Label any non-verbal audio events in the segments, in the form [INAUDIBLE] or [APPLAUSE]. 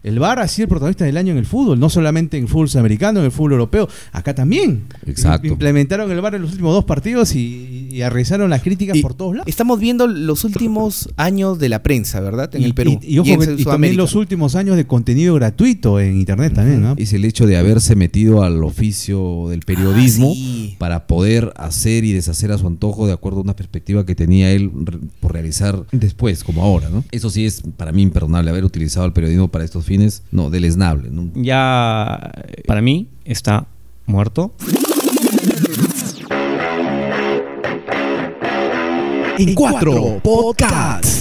El VAR ha sido el protagonista del año en el fútbol, no solamente en el fútbol sudamericano, en el fútbol europeo, acá también. Exacto. Implementaron el VAR en los últimos dos partidos y, y arriesgaron las críticas Y por todos lados. Estamos viendo los últimos años de la prensa, ¿verdad? En Y- el Perú. Y, y ojo en que- y Sudamérica. también los últimos años de contenido gratuito en internet también, ¿no? Es el hecho de haberse metido al oficio del periodismo Ah, sí. para poder hacer y deshacer a su antojo de acuerdo a una perspectiva que tenía él re- por realizar después, como ahora, ¿no? Eso sí es para mí imperdonable, haber utilizado el periodismo para estos fines, no, deleznable, ¿no? Ya, eh, para mí, está muerto. En cuatro podcasts.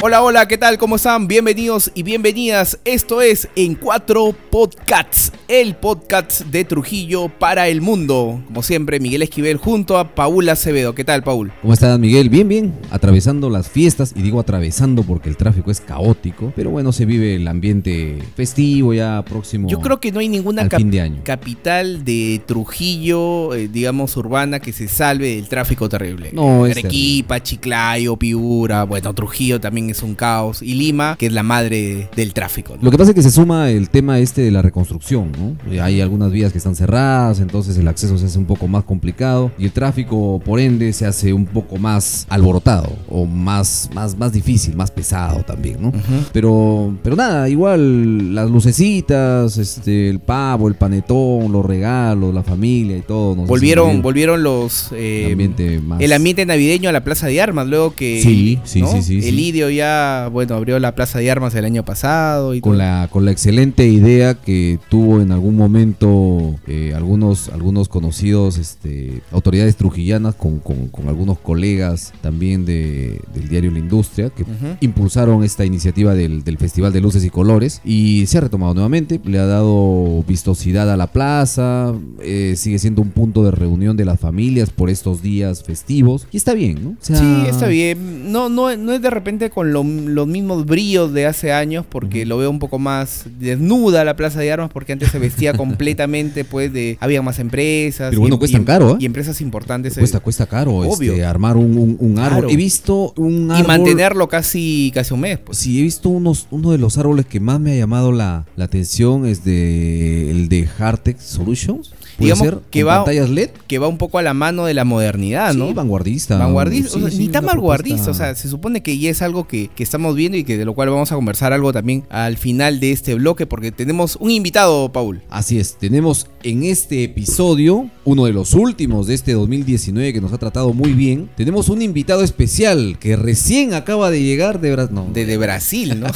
Hola, hola, ¿qué tal? ¿Cómo están? Bienvenidos y bienvenidas. Esto es En Cuatro Podcasts, el podcast de Trujillo para el mundo. Como siempre, Miguel Esquivel junto a Paul Acevedo. ¿Qué tal, Paul? ¿Cómo estás, Miguel? Bien, bien. Atravesando las fiestas, y digo atravesando porque el tráfico es caótico, pero bueno, se vive el ambiente festivo ya próximo. Yo creo que no hay ninguna al cap- fin de año. capital de Trujillo, eh, digamos urbana, que se salve del tráfico terrible. No, es Arequipa, Chiclayo, Piura, bueno, Trujillo también es un caos. Y Lima, que es la madre del tráfico. ¿no? Lo que pasa es que se suma el tema este de la reconstrucción, ¿no? Eh, Hay algunas vías que están cerradas, entonces el acceso se hace un poco más complicado y el tráfico, por ende, se hace un poco más alborotado o más, más, más difícil, más pesado también, ¿no? Ujú. Pero, pero nada, igual las lucecitas, este, el pavo, el panetón, los regalos, la familia y todo. nos hace Volvieron, vivir volvieron los eh, el ambiente más. El ambiente navideño a la Plaza de Armas, luego que Sí, sí, sí, sí, sí. el Idio ya, bueno, abrió la Plaza de Armas el año pasado y con todo. la, con la excelente idea que tuvo en algún momento eh, algunos, algunos conocidos este, autoridades trujillanas con, con- con algunos colegas también de, del diario La Industria que Ujú. impulsaron esta iniciativa del, del Festival de Luces y Colores y se ha retomado nuevamente, le ha dado vistosidad a la plaza, eh, sigue siendo un punto de reunión de las familias por estos días festivos y está bien, ¿no? O sea, Sí, está bien. No, no, no es de repente con lo- los mismos bríos de hace años, porque lo veo un poco más desnuda la Plaza de Armas, porque antes se vestía completamente, pues, de... Había más empresas. Pero bueno, y- cuestan y- caro, ¿eh? Y empresas importantes. eh, Cuesta, cuesta caro Obvio. este, armar un, un- un árbol. Claro. He visto un árbol. y mantenerlo casi, casi un mes, pues. Sí, he visto unos, uno de los árboles que más me ha llamado la, la atención es de el de Hartech Solutions. Puede Digamos ser que con va- pantallas LED. Que va un poco a la mano de la modernidad, Sí, ¿no? vanguardista. Vanguardista, Sí, o sea, sí, ni tan una vanguardista, propuesta- o sea, se supone que ya es algo que, que estamos viendo y que de lo cual vamos a conversar algo también al final de este bloque, porque tenemos un invitado, Paul. Así es, tenemos en este episodio, uno de los últimos de este 2019 que nos ha tratado muy bien, tenemos un invitado especial que recién acaba de llegar de Brasil. Desde [LAUGHS] Brasil, ¿no?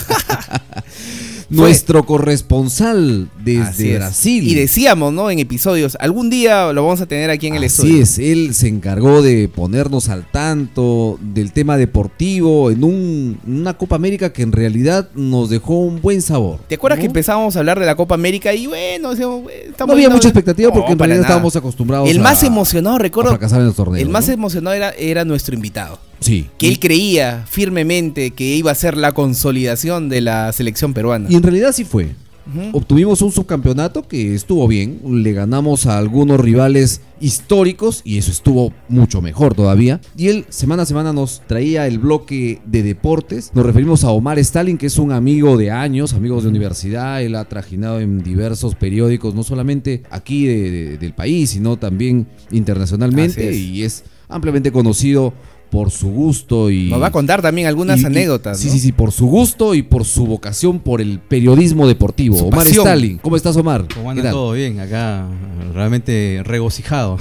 nuestro corresponsal Así desde es. Brasil. Y decíamos, ¿no? En episodios, algún día lo vamos a tener aquí en el Así estudio. es, él se encargó de ponernos al tanto del tema deportivo en un- una Copa América que en realidad nos dejó un buen sabor. ¿Te acuerdas ¿no? que empezábamos a hablar de la Copa América y bueno, decíamos, "Bueno, estamos No había viendo- mucha expectativa No, porque en para realidad nada. estábamos acostumbrados El más a- emocionado, a recuerdo, fracasar en los torneos. el más ¿no? emocionado era, era nuestro invitado. Sí. Que Y- él creía firmemente que iba a ser la consolidación de la selección peruana. Y en realidad sí fue. Ujú. Obtuvimos un subcampeonato que estuvo bien, le ganamos a algunos rivales históricos y eso estuvo mucho mejor todavía. Y él semana a semana nos traía el bloque de deportes. Nos referimos a Omar Stalin, que es un amigo de años, amigos de universidad, él ha trajinado en diversos periódicos, no solamente aquí de- de- del país, sino también internacionalmente Así es. y es ampliamente conocido por su gusto y Nos va a contar también algunas y- y- anécdotas. Sí, ¿no? sí, sí, por su gusto y por su vocación por el periodismo deportivo. Su Omar pasión. Stalin, ¿cómo estás, Omar? ¿Cómo ¿Qué anda tal? todo bien? Acá realmente [LAUGHS] regocijado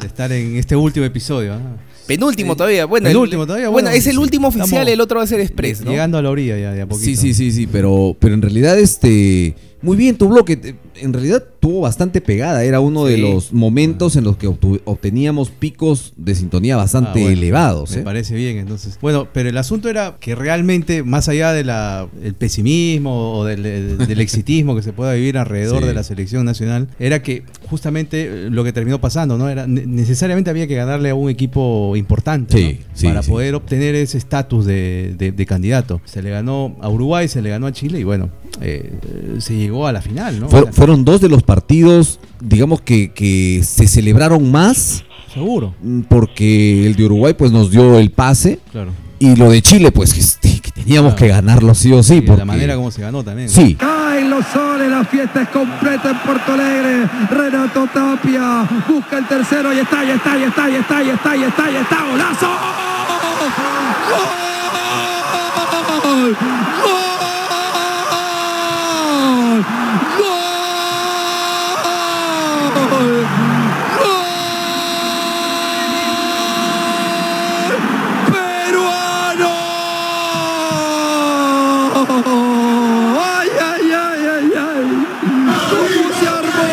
de estar en este último episodio. ¿ah? Penúltimo Sí. todavía. Bueno, Penúltimo todavía, Bueno, bueno, es el último estamos oficial, el otro va a ser Express, ¿no? Llegando a la orilla ya de a poquito. Sí, sí, sí, sí, pero, pero en realidad, este. Muy bien, tu bloque. te- En realidad tuvo bastante pegada. Era uno de Sí. los momentos en los que obtu- obteníamos picos de sintonía bastante Ah, bueno. elevados. Me ¿eh? parece bien, entonces. Bueno, pero el asunto era que realmente, más allá del pesimismo o del, del- del [LAUGHS] exitismo que se pueda vivir alrededor Sí. de la selección nacional, era que justamente eh, lo que terminó pasando, ¿no? Era ne- necesariamente había que ganarle a un equipo importante Sí, ¿no? sí, para sí. poder obtener ese estatus de, de- de candidato. Se le ganó a Uruguay, se le ganó a Chile y bueno, eh, eh, se llegó a la final, ¿no? Fuer- A la- fueron dos de los partidos, digamos que, que se celebraron más seguro. mm, porque el de Uruguay pues nos dio el pase Claro. Y lo de Chile, pues que, este- que teníamos que ganarlo sí o sí. Y Por la manera como se ganó también. Sí, Caen los soles, la fiesta es completa en Porto Alegre. Renato Tapia busca el tercero y está, y está, y está, y está, y está, y está, y está, golazo. ¡Gol! ¡Gol! ¡Gol! ¡Gol! ¡Peruano! ¡Ay, ay, ay, ay, ay! ¿Cómo se armó?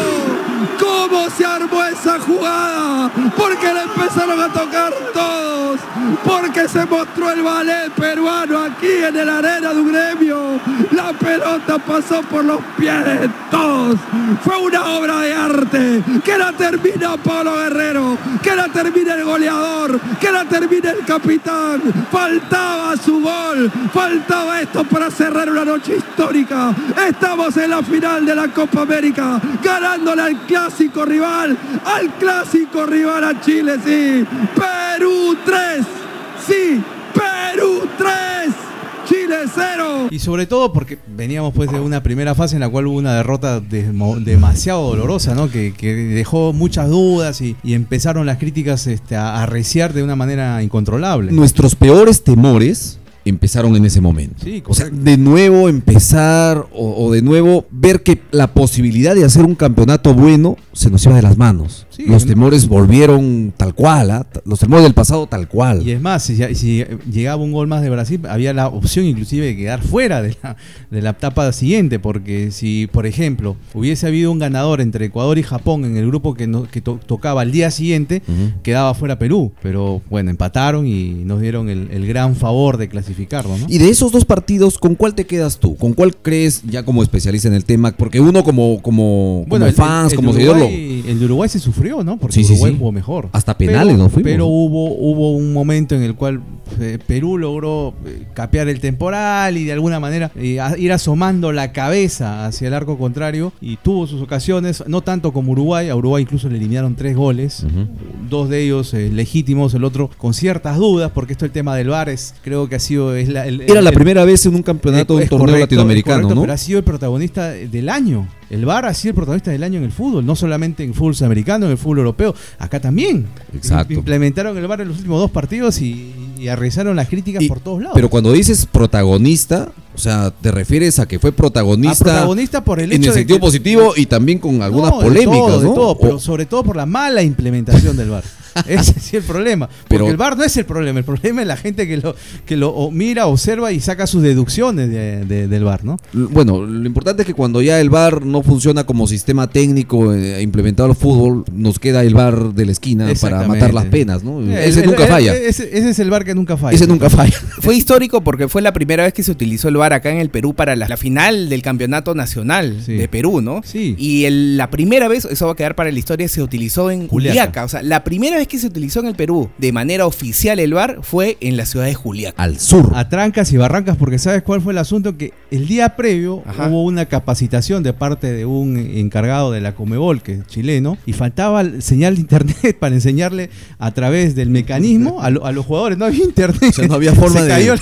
¿Cómo se armó esa jugada? Porque le empezaron a tocar todos. Porque se mostró el ballet peruano aquí en el arena de un gremio. La pelota pasó por los pies de todos. Fue una obra de arte. Que la termina Pablo Guerrero. Que la termina el goleador. Que la termina el capitán. Faltaba su gol. Faltaba esto para cerrar una noche histórica. Estamos en la final de la Copa América, ganándole al clásico rival, al clásico rival a Chile, sí. Perú 3, sí, Perú 3, Chile 0. Y sobre todo porque veníamos pues de una primera fase en la cual hubo una derrota desmo- demasiado dolorosa, ¿no? Que, que dejó muchas dudas y, y empezaron las críticas este, a arreciar de una manera incontrolable. nuestros peores temores empezaron en ese momento. Sí, o sea, correcto. de nuevo empezar o, o de nuevo ver que la posibilidad de hacer un campeonato bueno se nos iba de las manos. Sí, los ¿no? temores volvieron tal cual, ¿ah? T- los temores del pasado tal cual. Y es más, si, ya- si eh, llegaba un gol más de Brasil, había la opción inclusive de quedar fuera de la, de la etapa siguiente, porque si, por ejemplo, hubiese habido un ganador entre Ecuador y Japón en el grupo que, no- que to- tocaba al día siguiente, Ujú. quedaba fuera Perú. Pero bueno, empataron y nos dieron el, el gran favor de clasificarlo, ¿no? Y de esos dos partidos, ¿con cuál te quedas tú? ¿Con cuál crees ya como especialista en el tema? Porque uno como, como, como el- fans, el como de seguidor, lo- Uruguay- El de Uruguay se sufrió, ¿no? Porque Sí, sí, Uruguay sí. jugó mejor. Hasta penales pero, nos fuimos. Pero hubo, hubo un momento en el cual eh, Perú logró eh, capear el temporal y de alguna manera eh, a- ir asomando la cabeza hacia el arco contrario y tuvo sus ocasiones, no tanto como Uruguay, a Uruguay incluso le eliminaron tres goles, dos de ellos eh, legítimos, el otro con ciertas dudas, porque esto el tema del VAR es, creo que ha sido... Es la, el- Era la el- primera vez en un campeonato, de es un torneo correcto, latinoamericano, es correcto, ¿no? Pero ha sido el protagonista del año. El VAR ha sido el protagonista del año en el fútbol, no solamente en fútbol sudamericano, en el fútbol europeo, acá también. Exacto. Im- Implementaron el VAR en los últimos dos partidos y, y arraizaron las críticas Y- por todos lados. Pero cuando dices protagonista, o sea, te refieres a que fue A protagonista, protagonista por el en hecho el de sentido que- pues, positivo y también con algunas No, de polémicas, todo, de ¿no? todo, pero O- sobre todo por la mala implementación del [LAUGHS] VAR. Ese sí es el problema. Porque Pero- el VAR no es el problema, el problema es la gente que lo, que lo o- mira, observa y saca sus deducciones de- de- del VAR, ¿no? l- bueno, lo importante es que cuando ya el VAR no funciona como sistema técnico eh, implementado al fútbol, nos queda el VAR de la esquina para Exactamente. matar las penas, ¿no? El- ese el- nunca el- falla. Ese, ese es el VAR que nunca falla. ese nunca falla. [LAUGHS] Fue histórico porque fue la primera vez que se utilizó el VAR acá en el Perú para la, la final del campeonato nacional Sí. de Perú, ¿no? Sí. Y el- la primera vez, eso va a quedar para la historia, se utilizó en Juliaca. Juliaca. O sea, la primera vez que se utilizó en el Perú de manera oficial el VAR fue en la ciudad de Juliaca. Al sur. a trancas y barrancas porque sabes cuál fue el asunto que el día previo Ajá. hubo una capacitación de parte de un encargado de la Comebol que es chileno y faltaba el señal de internet [LAUGHS] para enseñarle a través del mecanismo a, lo- a los jugadores no había internet O sea, no había forma [LAUGHS] Se de- [LAUGHS] cayó el-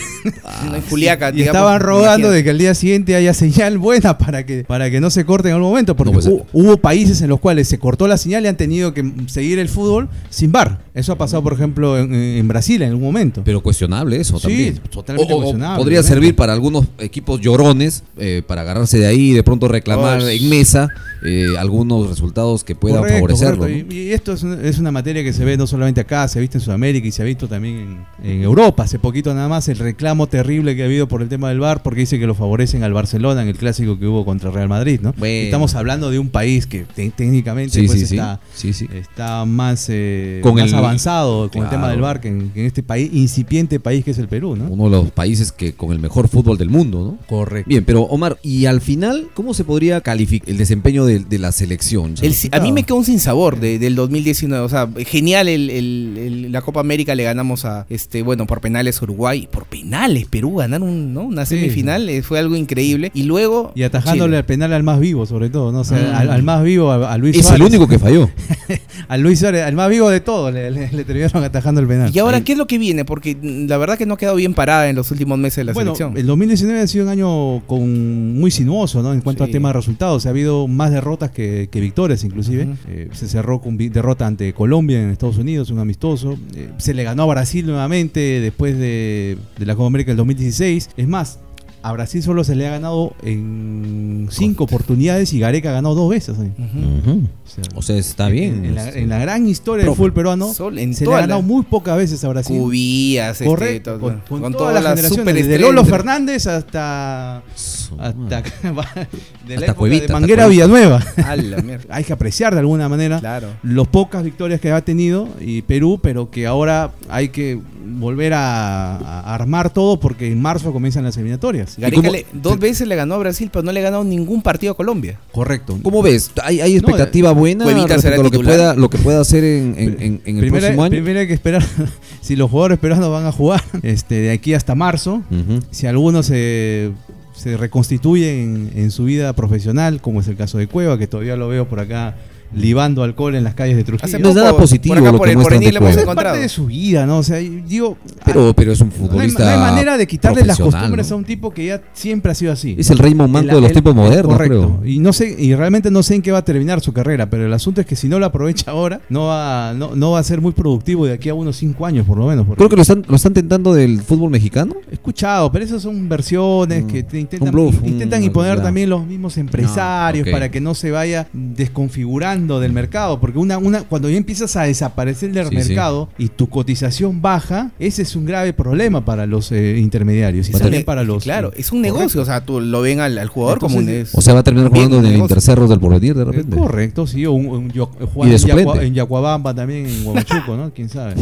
en Juliaca, y digamos, estaban rogando imagínate. de que al día siguiente haya señal buena para que para que no se corte en algún momento porque No, pues, hu- hubo países en los cuales se cortó la señal y han tenido que seguir el fútbol sin bar eso ha pasado por ejemplo en, en Brasil en algún momento Pero cuestionable eso Sí, también. totalmente O- o- cuestionable, Podría obviamente. servir para algunos equipos llorones, eh, para agarrarse de ahí y de pronto reclamar Oh, en mesa eh, algunos resultados que puedan Correcto, favorecerlo. correcto. Y, y esto es una, es una materia que se ve no solamente acá, se ha visto en Sudamérica y se ha visto también en, en Europa. Hace poquito nada más el reclamo terrible que ha habido por el tema del VAR, porque dice que lo favorecen al Barcelona en el clásico que hubo contra Real Madrid, ¿no? Bueno. Estamos hablando de un país que te- técnicamente Sí, pues, sí, sí. está, Sí, sí. está más, eh, Con más el- avanzado con el tema Claro. del VAR que en, que en este país, incipiente país que es el Perú, ¿no? Uno de los países que con el mejor fútbol del mundo, ¿no? Correcto. Bien, pero Omar, ¿y al final cómo se podría calificar el desempeño de, de la selección? El si- a mí me quedó un sinsabor de- del 2019. O sea, genial el- el- el- la Copa América le ganamos a este, bueno, por penales a Uruguay, por penales Perú ganaron ¿no? una Sí, final eh, fue algo increíble. Y luego. Y atajándole al Chile. penal al más vivo, sobre todo, ¿no? O sea, Mm. al, al más vivo, a, a Luis Ah. Es el Suárez. único que falló. [LAUGHS] A Luis Suárez, al más vivo de todos, le, le- le terminaron atajando el penal. ¿Y ahora qué es lo que viene? Porque mm, la verdad que no ha quedado bien parada en los últimos meses de la bueno, selección. el 2019 ha sido un año con muy sinuoso, ¿no? En cuanto Sí. a tema de resultados, ha habido más derrotas que, que victorias, inclusive. Ujú. Eh, se cerró con vi- derrota ante Colombia en Estados Unidos, un amistoso. Eh, se le ganó a Brasil nuevamente después de, de la Copa América del 2016. Es más, a Brasil solo se le ha ganado en cinco oportunidades y Gareca ganó dos veces. ¿eh? Ujú. Ujú. O sea, O sea, está en- bien. este, En la, en la gran historia del Profe. fútbol peruano, Sol, en se le toda ha la- ganado muy pocas veces a Brasil. Cubías, este, Correcto, todo- con, con todas las generaciones, desde superestrellas. Lolo Fernández hasta Su hasta, madre. [LAUGHS] de la Ah. Hasta época Cuevita, de hasta Manguera Cuevita. Villanueva. [LAUGHS] A la mierda. Hay que apreciar de alguna manera Claro. los pocas victorias que ha tenido y Perú, pero que ahora hay que volver a, a armar todo porque en marzo comienzan las eliminatorias. Gareca cómo- le- dos veces le ganó a Brasil, pero no le ha ganado ningún partido a Colombia. Correcto. ¿Cómo ves? ¿Hay, hay No, eh, expectativa buena Cuevita respecto será a lo que, titular. pueda, lo que pueda hacer en, en- en- en el primero, próximo año? primero hay que esperar [LAUGHS] si los jugadores peruanos van a jugar [LAUGHS] este, de aquí hasta marzo. Ujú. si algunos se, se reconstituyen en, en su vida profesional, como es el caso de Cueva, que todavía lo veo por acá libando alcohol en las calles de Trujillo. Hace No es nada poco, positivo por acá lo por que el muestran Porvenir de lo hemos Cueva. es encontrado. parte de su vida, ¿no? O sea, y digo, Pero, pero es un Ah, no, hay, futbolista. no hay manera de quitarle las Ah, profesional, costumbres ¿no? a un tipo que ya siempre ha sido así. Es el rey manco El- de los el- tipos modernos, Correcto. creo. Y no sé, y realmente no sé en qué va a terminar su carrera, pero el asunto es que si no lo aprovecha ahora, no va, no, no va a ser muy productivo de aquí a unos cinco años por lo menos. porque- Creo que lo están, lo están tentando del fútbol mexicano. He escuchado, pero esas son versiones Mm. que te intentan, Un bluff, intentan un- imponer ya. también los mismos empresarios Ah, ok. para que no se vaya desconfigurando del mercado. Porque una, una, cuando ya empiezas a desaparecer del Sí, mercado y tu cotización baja, ese es un grave problema para los eh, intermediarios y Va a también tener- para los. Claro, es un negocio. O sea, tú lo ven al, al jugador como un. Entonces, O sea, va a terminar Bien, jugando en el negocio. Intercerros del Porvenir de eh, repente. correcto, sí, o un, un yo- Y jugando de en, Yacua- suplente. en Yacuabamba también, en Huamachuco, ¿no? [LAUGHS] Quién sabe.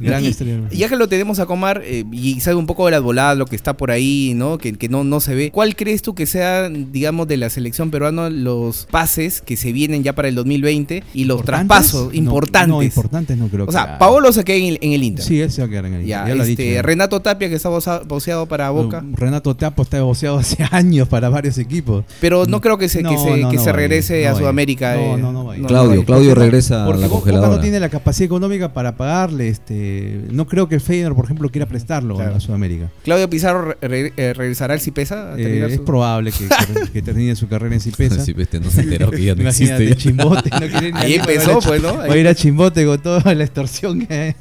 Gran Y- estrella. y ya que lo tenemos a Comar eh, y sabe un poco de las voladas, lo que está por ahí, ¿no? Que, que no, no se ve. ¿Cuál crees tú que sea, digamos, de la selección peruana los pases que se vienen ya para el 2020 y los ¿Importantes? No, traspasos importantes? No, importantes no creo o que sea, haya. Paolo se queda en el, en el Inter. Sí, él se va a quedar en el Ya, Inter, ya lo ha este, dicho. Renato Tapia que está bosa- boceado para Boca. No, Renato Tapo está negociado hace [LAUGHS] años para varios equipos. Pero no creo que se, que No, se, no, que no se va a ir, regrese no a va a ir. Sudamérica. No, eh, no, no va a ir. va a Claudio, ir. Claudio regresa a Porque la Bo- Boca no congeladora. tiene la capacidad económica para pagarle. este No creo que Feyenoord, por ejemplo, quiera prestarlo Claro. a Sudamérica. Claudio Pizarro re- re- eh, regresará al Cipesa. a Eh, terminar es su- probable [LAUGHS] que, que- que termine su carrera en Cipesa. Sí, viste, no se enteró que ya no [LAUGHS] Imagínate, existe. Chimbote. No quiere ni Ahí ir a- empezó, pues, ¿no? Va a ir [LAUGHS] a Chimbote con toda la extorsión que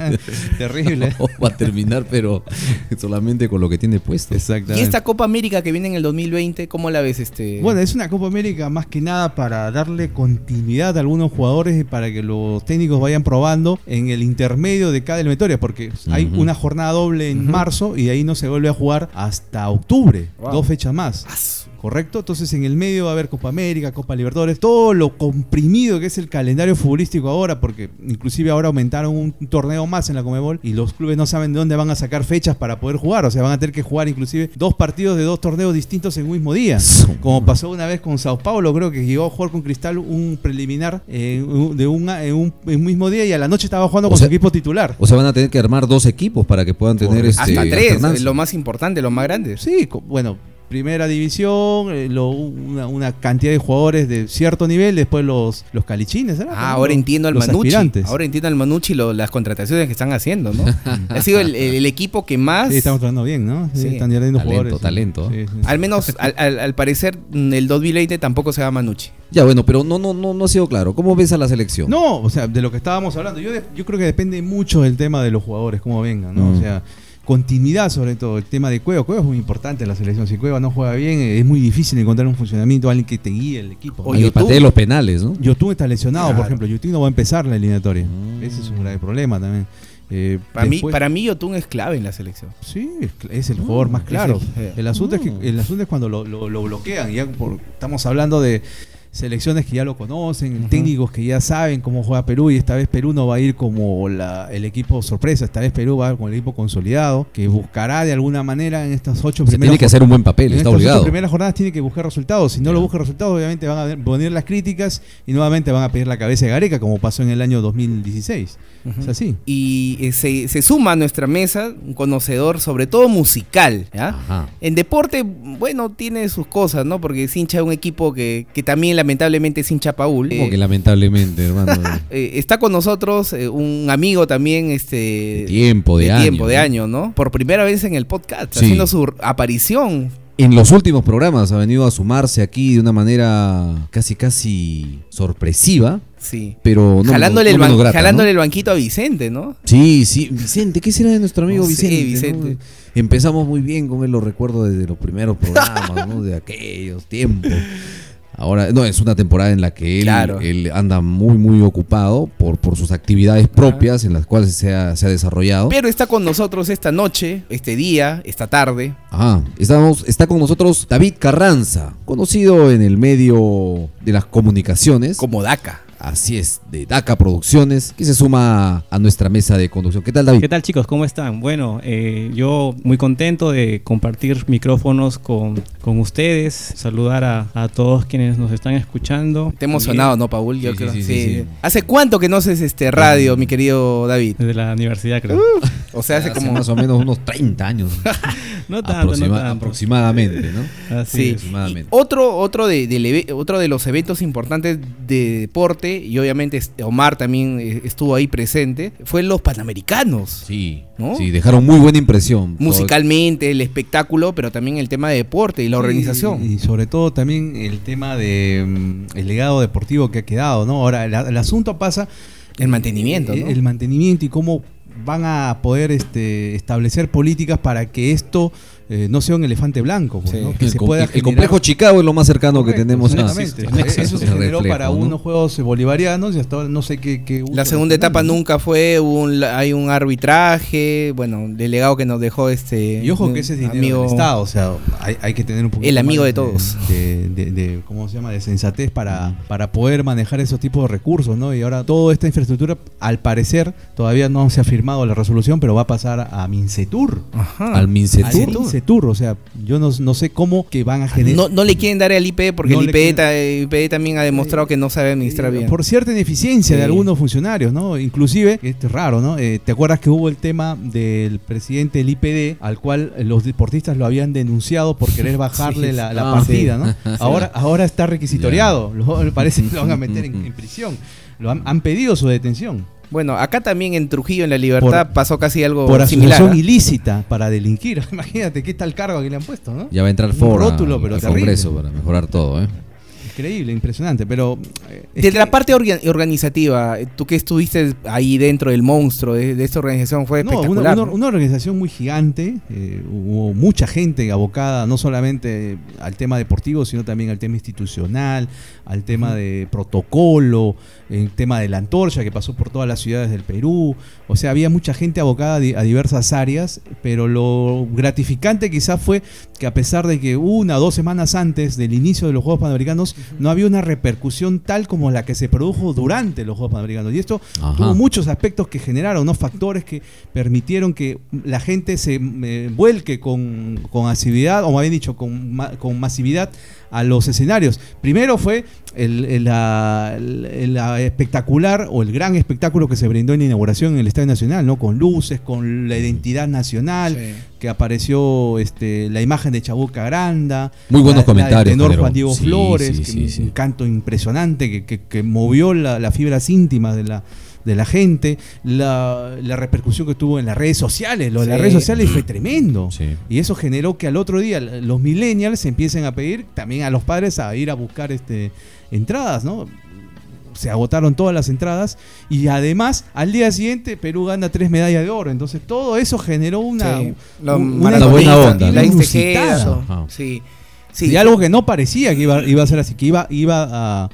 Terrible. No, va a terminar, pero solamente con lo que tiene puesto. Exactamente. Y esta Copa América que viene en el 2020, ¿cómo la ves? Este? Bueno, es una Copa América más que nada para darle continuidad a algunos jugadores y para que los técnicos vayan probando en el intermedio de cada eliminatoria, porque hay Ujú. una jornada doble en marzo y de ahí no se vuelve a jugar hasta octubre, Wow. dos fechas más. Ah, su- ¿Correcto? Entonces en el medio va a haber Copa América, Copa Libertadores, todo lo comprimido que es el calendario futbolístico ahora, porque inclusive ahora aumentaron un torneo más en la Comebol y los clubes no saben de dónde van a sacar fechas para poder jugar, o sea, van a tener que jugar inclusive dos partidos de dos torneos distintos en un mismo día. Su- Como pasó una vez con Sao Paulo, creo que llegó a jugar con Cristal un preliminar eh, un- de un, en un, en un mismo día y a la noche estaba jugando O con sea- su equipo titular. O sea, van a tener que armar dos equipos para que puedan tener este, Hasta tres, eh, alternancia. lo más importante, lo más grande. Sí, co- bueno, primera división, eh, lo- una, una cantidad de jugadores de cierto nivel, después los, los calichines, ¿era? Ah, ahora entiendo al Los Manucci. aspirantes. Ahora entiendo al Manucci lo- las contrataciones que están haciendo, [LAUGHS] ¿no? ha sido el, el- el equipo que más. Sí, estamos tratando bien, ¿no? Sí, Sí. están Talento, llegando jugadores. talento. Ah, Sí, sí. Al menos, al, al- al parecer, mm, el 2020 tampoco se va Manucci. Ya, bueno, pero no, no, no, no ha sido claro. ¿Cómo ves a la selección? No, o sea, de lo que estábamos hablando, yo, de- yo creo que depende mucho del tema de los jugadores, cómo vengan, ¿no? Mm. O sea, continuidad sobre todo, el tema de Cueva, Cueva es muy importante en la selección, si Cueva no juega bien, eh, es muy difícil encontrar un funcionamiento, alguien que te guíe el equipo. O Al que YouTube. patee los penales, ¿no? Yotun está lesionado, Claro. por ejemplo, Yotun no va a empezar la eliminatoria, Mm. ese es un grave problema también. Eh, Para, mí, después- para mí, Yotun es clave en la selección. Sí, es cl- es el jugador más claro. es el- el, asunto es Mm. que, el asunto es cuando lo, lo- lo bloquean. Ya por- estamos hablando de selecciones que ya lo conocen, técnicos que ya saben cómo juega Perú y esta vez Perú no va a ir como la- el equipo sorpresa, esta vez Perú va con el equipo consolidado que buscará de alguna manera en estas ocho Se tiene que hacer un buen papel, en está estas ocho obligado. primeras jornadas tiene que buscar resultados. Si no lo busca resultados, obviamente van a ver- poner las críticas y nuevamente van a pedir la cabeza de Gareca, como pasó en el año 2016. Es así. Y eh, se, se suma a nuestra mesa un conocedor, sobre todo musical. ¿ya? Ajá. En deporte, bueno, tiene sus cosas, ¿no? Porque es hincha de un equipo que, que también lamentablemente es hincha Paul. Como Eh, que lamentablemente, hermano. [LAUGHS] eh, está con nosotros eh, un amigo también, este... De tiempo, de, de año. tiempo, de ¿no? año, ¿no? Por primera vez en el podcast, Sí. haciendo su aparición. En los últimos programas ha venido a sumarse aquí de una manera casi, casi sorpresiva, Sí. pero no. jalándole, no el menos ban- grata, ¿no? jalándole el banquito a Vicente, ¿no? Sí, sí, Vicente, ¿qué será de nuestro amigo No sé, Vicente? no? Vicente. Empezamos muy bien con él, lo recuerdo desde los primeros programas, ¿no? De aquellos tiempos. Ahora, no, es una temporada en la que él, Claro. él anda muy, muy ocupado por, por sus actividades propias en las cuales se ha, se ha desarrollado. Pero está con nosotros esta noche, este día, esta tarde. Ajá, Ah, estamos, está con nosotros David Carranza, conocido en el medio de las comunicaciones. Como DACA. Así es, de DACA Producciones, que se suma a nuestra mesa de conducción. ¿Qué tal, David? ¿Qué tal chicos? ¿Cómo están? Bueno, eh, yo muy contento de compartir micrófonos con, con ustedes, saludar a, a todos quienes nos están escuchando. Te emocionado, ¿no, Paul? Yo Sí, creo. sí, Sí, sí, sí, sí. ¿Hace cuánto que no haces este radio, mi querido David? Desde la universidad, creo. O sea, hace como. más o menos unos 30 [LAUGHS] años. no tanto, Aproxima- no tanto. Aproximadamente, ¿no? Ah, Así Sí. es. aproximadamente. Y otro, otro, de, del eve- otro de los eventos importantes de deporte, y obviamente este, Omar también eh, estuvo ahí presente, fue los Panamericanos. Sí, ¿No? sí, dejaron muy buena impresión. Musicalmente, el espectáculo, pero también el tema de deporte y la organización. Y, y sobre todo también el tema de mm, el legado deportivo que ha quedado, ¿no? Ahora, el, el asunto pasa... El mantenimiento, eh, ¿no? El mantenimiento y cómo van a poder este, establecer políticas para que esto eh, no sea un elefante blanco. pues, Sí. ¿no? Todo- Que el, se com- pueda el generar- complejo Chicago es lo más cercano que Correcto, tenemos a- exactamente. a- a- Eso se el generó reflejo, para ¿no? unos juegos eh, bolivarianos y hasta ahora no sé qué. qué uso La segunda le están etapa dando. nunca fue, hubo un, hay un arbitraje, bueno, el delegado que nos dejó este Y ojo que ese es dinero del Estado, o sea, hay, hay que tener un poquito El amigo más de todos. De, de- de- ¿Cómo se llama? De sensatez para, para poder manejar esos tipos de recursos, ¿no? Y ahora toda esta infraestructura, al parecer, todavía no se ha firmado la resolución, pero va a pasar a Mincetur. Ajá. Al Mincetur. Al Mincetur, o sea, yo no, no sé cómo que van a generar... No, no le quieren dar al IPE porque No el le IPE quieren- ta- el IPE también ha demostrado que no sabe administrar Eh, bien. Por cierta ineficiencia de Sí. algunos funcionarios, ¿no? Inclusive, esto es raro, ¿no? Eh, ¿Te acuerdas que hubo el tema del presidente del IPD, al cual los deportistas lo habían denunciado por querer bajarle Sí, la, la ah, partida, sí. ¿no? Ahora, ahora está requisitoriado, lo- parece que lo van [LAUGHS] a [LAUGHS] meter Mm, en, en prisión. Lo han, han pedido su detención Bueno, acá también en Trujillo, en La Libertad, Por- pasó casi algo por similar. asociación ¿ah? ilícita para delinquir. [LAUGHS] Imagínate qué tal cargo que le han puesto, ¿no? Ya va a entrar Un Ford rótulo, al- pero al terrible. Congreso para mejorar todo, ¿eh? Increíble, impresionante, pero... eh, es De que- la parte orga- organizativa, eh, tú que estuviste ahí dentro del monstruo de, de esta organización fue No, espectacular. una, una- ¿no? una organización muy gigante, eh, hubo mucha gente abocada no solamente al tema deportivo, sino también al tema institucional, al tema de protocolo, el tema de la antorcha que pasó por todas las ciudades del Perú, o sea, había mucha gente abocada a di- a diversas áreas, pero lo gratificante quizás fue que a pesar de que una o dos semanas antes del inicio de los Juegos Panamericanos, no había una repercusión tal como la que se produjo durante los Juegos Panamericanos, y esto Ajá. tuvo muchos aspectos que generaron, ¿no? factores que permitieron que la gente se eh, vuelque con, con asiduidad, o más bien dicho, con, ma- con masividad a los escenarios. Primero fue el, el- la, el- la espectacular o el gran espectáculo que se brindó en la inauguración en el Estadio Nacional, ¿no? con luces, con la identidad nacional, Sí. que apareció este, la imagen de Chabuca Granda. Muy buenos la- la del comentarios, tenor Calderón. Juan Diego Sí, Flores, sí, que sí, un- sí. un canto impresionante que, que- que movió la- las fibras íntimas de la de la gente, la, la repercusión que tuvo en las redes sociales, lo de las Sí. redes sociales fue tremendo. Sí. Y eso generó que al otro día los millennials empiecen a pedir también a los padres a ir a buscar este entradas, ¿no? Se agotaron todas las entradas y además al día siguiente Perú gana tres medallas de oro. Entonces todo eso generó una, Sí. un- Lo- una Maradona, buena onda, Ah. La ¿no? Istequeda, inusitada. Ajá. Sí. Sí. Sí, y algo que no parecía que iba, iba a ser así, que iba, iba a,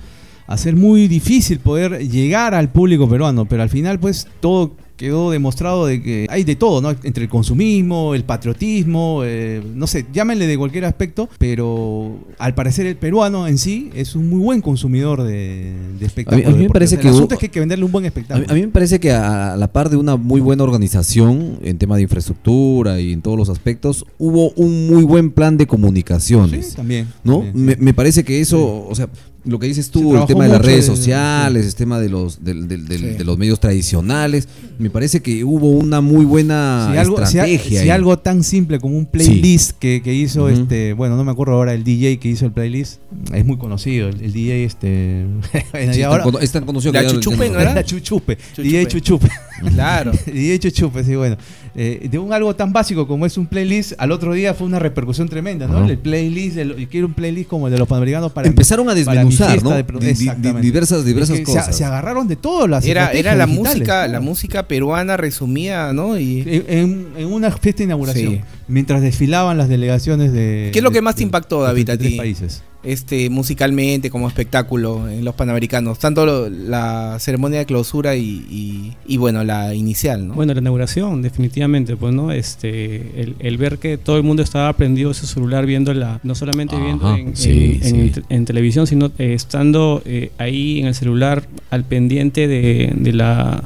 a ser muy difícil poder llegar al público peruano, pero al final pues todo quedó demostrado de que hay de todo, ¿no? Entre el consumismo, el patriotismo, eh, no sé, llámenle de cualquier aspecto, pero al parecer el peruano en sí es un muy buen consumidor de, de espectáculos. a mí me deportivos. parece el que asunto hubo- es que hay que venderle un buen A mí, espectáculo. a mí me parece que a, a la par de una muy buena organización en tema de infraestructura y en todos los aspectos, hubo un muy buen plan de comunicaciones. Sí, también. ¿no? también, sí. me, me parece que eso, o sea, lo que dices Se tú, el trabajó tema de las mucho redes de- sociales, el tema de los del- del- del- Sí. de los medios tradicionales, me parece que hubo una muy buena si algo, si a- estrategia. si ahí. algo tan simple como un playlist que, que hizo Ujú. este, bueno, no me acuerdo ahora el DJ que hizo el playlist, es muy conocido, el, el DJ este [LAUGHS] Sí, bueno, es y tan ahora cono- es tan conocido La que ya lo- ya chuchupen, lo- ¿verdad? Chuchupe, Chuchupe. DJ Chuchupe. [LAUGHS] Claro. DJ Chuchupe, sí, bueno. Eh, de un algo tan básico como es un playlist, al otro día fue una repercusión tremenda, ¿no? Ajá. El playlist, el- yo quiero un playlist como el de los panamericanos para Empezaron a para mi desmenuzar, fiesta ¿no? de pro- Di- di- di- Exactamente. diversas- diversas Es que se- Se, cosas. agarraron de todo las Era, era estrategias la digitales, música, la claro. música peruana resumida, ¿no? Y En, en- en una fiesta de inauguración, Sí. mientras desfilaban las delegaciones de. ¿Qué es lo que de- más te de- impactó, de David, a 33 ti? países. este musicalmente como espectáculo en los panamericanos, tanto lo- la ceremonia de clausura y, y- y, bueno, la inicial, ¿no? Bueno, la inauguración, definitivamente, pues, ¿no? Este, el, el ver que todo el mundo estaba prendido a su celular viendo la, no solamente Ajá, viendo en, sí, en- en- sí. en televisión, sino eh, estando eh, ahí en el celular al pendiente de, de la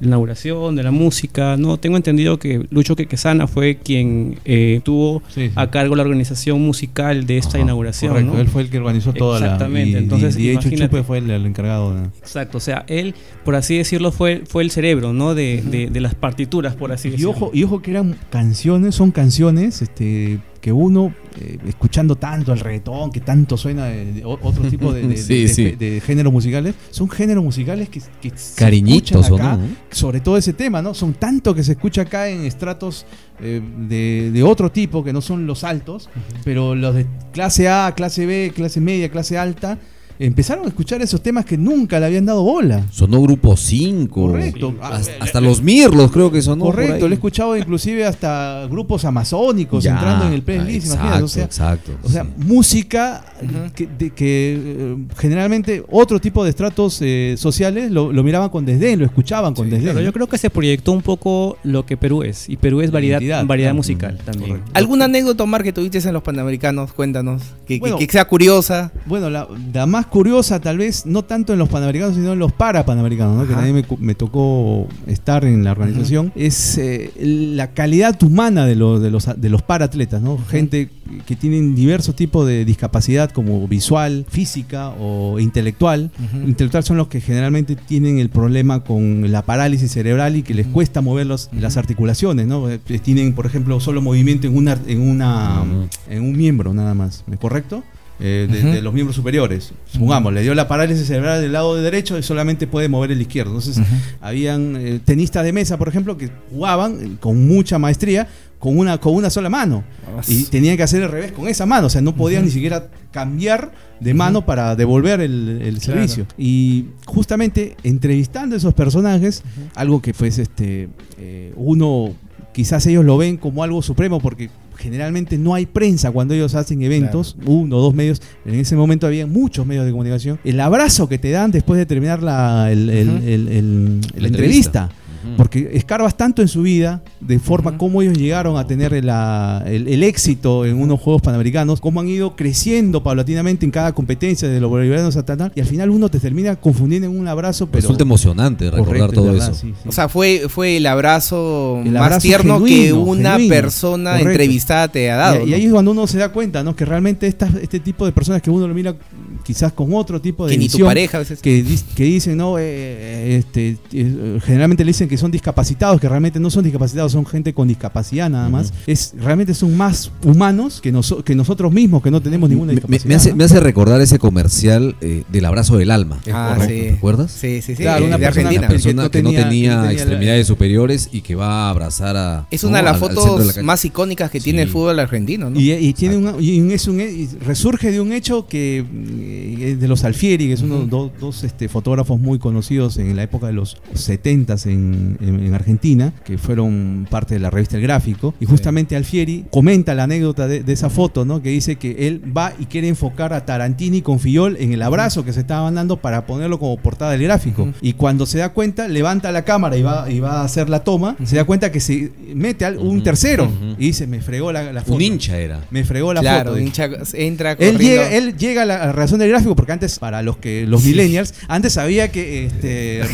inauguración, de la música, ¿no? Tengo entendido que Lucho Quequesana fue quien eh, tuvo Sí, sí. a cargo la organización musical de esta Ajá, inauguración, Correcto, ¿no? él fue el que organizó toda la. Exactamente, y- y- entonces, y de hecho, imagínate. Chupe fue el, el encargado. de- Exacto, o sea, él, por así decirlo, fue, fue el cerebro, ¿no? De, de- de las partituras, por así Y decirlo. ojo, y ojo que eran canciones, son canciones este, que uno, eh, escuchando tanto el reggaetón, que tanto suena de, de o- otro tipo de, [LAUGHS] de- Sí, de- sí. de- de géneros musicales, son géneros musicales que, que se Cariñitos, escuchan ¿o no? sobre todo ese tema, ¿no? Son tanto que se escucha acá en estratos eh, de, de otro tipo, que no son los altos, pero los de clase A, clase B, clase media, clase alta, empezaron a escuchar esos temas que nunca le habían dado bola. Sonó Grupo 5. Correcto. Hasta, hasta los Mirlos creo que sonó. por Correcto, ahí. lo he escuchado inclusive hasta grupos amazónicos Ya, entrando en el playlist, exacto, imagínate, o sea, exacto, o sea, sí. música Ujú. que, de- que, eh, generalmente otro tipo de estratos eh, sociales lo, lo miraban con desdén, lo escuchaban con desdén. Claro, yo creo que se proyectó un poco lo que Perú es. Y Perú es La variedad, identidad, variedad claro. musical Ujú, también. correcto. ¿Alguna anécdota, Omar, que tuviste en los panamericanos? Cuéntanos. Que, que- Bueno. que sea curiosa. Bueno, la, la más curiosa tal vez, no tanto en los panamericanos, sino en los parapanamericanos, ¿no? que Ajá. también me, cu- me tocó estar en la organización, es eh, la calidad humana de, los de, los, a- de los paratletas, ¿no? gente que tienen diversos tipos de discapacidad como visual, física o intelectual. Intelectual son los que generalmente tienen el problema con la parálisis cerebral y que les cuesta mover los- las articulaciones, ¿no? Eh, Tienen, por ejemplo, solo movimiento en una, en una en un miembro nada más, ¿me correcto? Eh, de, Ujú. de los miembros superiores. Supongamos, le dio la parálisis cerebral del lado derecho y solamente puede mover el izquierdo. Entonces, habían eh, tenistas de mesa, por ejemplo, que jugaban eh, con mucha maestría con una, con una sola mano. Y tenían que hacer el revés con esa mano. O sea, no podían ni siquiera cambiar de mano para devolver el, el Claro. servicio. Y justamente entrevistando a esos personajes, algo que pues este eh, uno quizás ellos lo ven como algo supremo porque generalmente no hay prensa cuando ellos hacen eventos, uno o dos medios, en ese momento había muchos medios de comunicación, el abrazo que te dan después de terminar la, el- el- Ujú. el- el- la La entrevista. entrevista. Porque escarbas tanto en su vida, de forma Ujú. como ellos llegaron a tener el, la- el- el éxito en unos Juegos Panamericanos, cómo han ido creciendo paulatinamente en cada competencia de los bolivarianos a tal, y al final uno te termina confundiendo en un abrazo, pero... Resulta emocionante recordar Correcto, es todo verdad, eso. sí, sí. O sea, fue, fue el abrazo El más abrazo tierno que genuino, una genuino. persona Correcto. entrevistada te ha Y- dado. Y, ¿no? ahí es cuando uno se da cuenta, ¿no? Que realmente estas- este tipo de personas que uno lo mira quizás con otro tipo de que ni tu visión, pareja a veces. que, dis- que dicen, no, Eh, este, eh, generalmente le dicen que son discapacitados, que realmente no son discapacitados, son gente con discapacidad nada más. Es realmente son más humanos que, noso- que nosotros mismos, que no tenemos ninguna Me, me- me discapacidad. hace, ¿no? me hace recordar ese comercial eh, del abrazo del alma. Ah, Correcto, sí. ¿Te acuerdas? Sí, sí, sí. Claro, Eh, una de persona- Argentina. una persona que no tenía, que no tenía extremidades superiores y que va a abrazar a. Es una de ¿no? las al- al centro fotos de la cancha. más icónicas que tiene el Sí. fútbol argentino, ¿no? Y, y tiene un- y un- es un- y resurge de un hecho que mm, eh, de los Alfieri, que son unos dos, dos, este, fotógrafos muy conocidos en la época de los 70s en, en- en Argentina, que fueron parte de la revista El Gráfico. Y justamente Alfieri comenta la anécdota de, de esa foto, ¿no? que dice que él va y quiere enfocar a Tarantini con Fiol en el abrazo que se estaban dando para ponerlo como portada del gráfico. Y cuando se da cuenta, levanta la cámara y va, y va a hacer la toma. Se da cuenta que se mete al- un Ujú, tercero ujú. y dice: Me fregó la, la foto. Un hincha era. Me fregó la claro, foto. dice. hincha- entra Él corriendo. llega, él llega a la a la relación del gráfico porque antes, para los que los millennials, antes había que este, eh,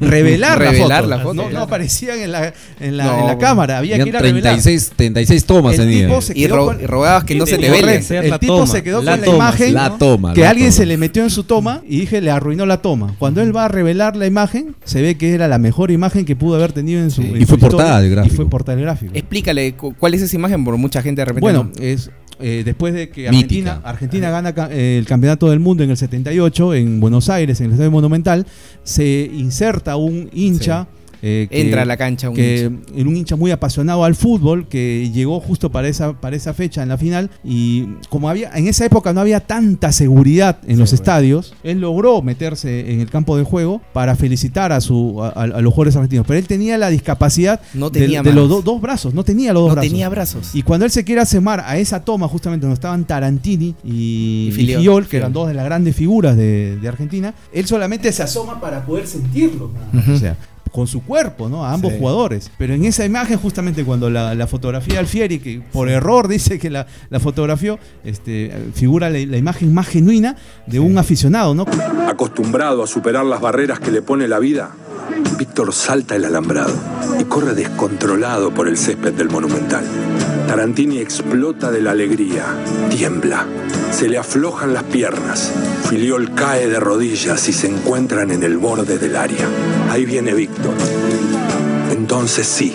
revelar, Revelar la foto. la foto, no, no claro. aparecían en la, en la, No, en la cámara, había que ir a revelar. 36, 36 tomas El tenía. tipo se y, quedó ro- con- y rogabas que no se te Correcto. vele. Hacer el la tipo toma, se quedó la con la toma, imagen la toma, que la alguien toma. se le metió en su toma y dije le arruinó la toma. Cuando él va a revelar la imagen, se ve que era la mejor imagen que pudo haber tenido en su en Y su fue historia, portada del Y gráfico. fue portada del gráfico. Explícale cu- cuál es esa imagen, por mucha gente de repente. Bueno, no- es eh, después de que Mítica. Argentina, Argentina gana ca- eh, el campeonato del mundo en el 78 en Buenos Aires, en el Estadio Monumental, se inserta un hincha. eh, que- entra a la cancha un que hincha. en un hincha muy apasionado al fútbol que llegó justo para esa para esa fecha en la final y como había en esa época no había tanta seguridad en los estadios él logró meterse en el campo de juego para felicitar a su a, a- a los jugadores argentinos pero él tenía la discapacidad No de- tenía de, manos. los do- dos brazos no tenía los dos No brazos tenía brazos. y cuando él se quiere asemar a esa toma, justamente donde estaban Tarantini y, Y y Filiol. Filiol, que eran dos de las grandes figuras de, de Argentina, él solamente se asoma para poder sentirlo. O sea, con su cuerpo, ¿no? A ambos jugadores. Pero en esa imagen, justamente cuando la, la fotografía de Alfieri, que por error dice que la, la fotografió, este, figura la, la imagen más genuina de un aficionado, ¿no? Acostumbrado a superar las barreras que le pone la vida, Víctor salta el alambrado y corre descontrolado por el césped del Monumental. Tarantini explota de la alegría, tiembla, se le aflojan las piernas. Filiol cae de rodillas y se encuentran en el borde del área. Ahí viene Víctor. Entonces sí,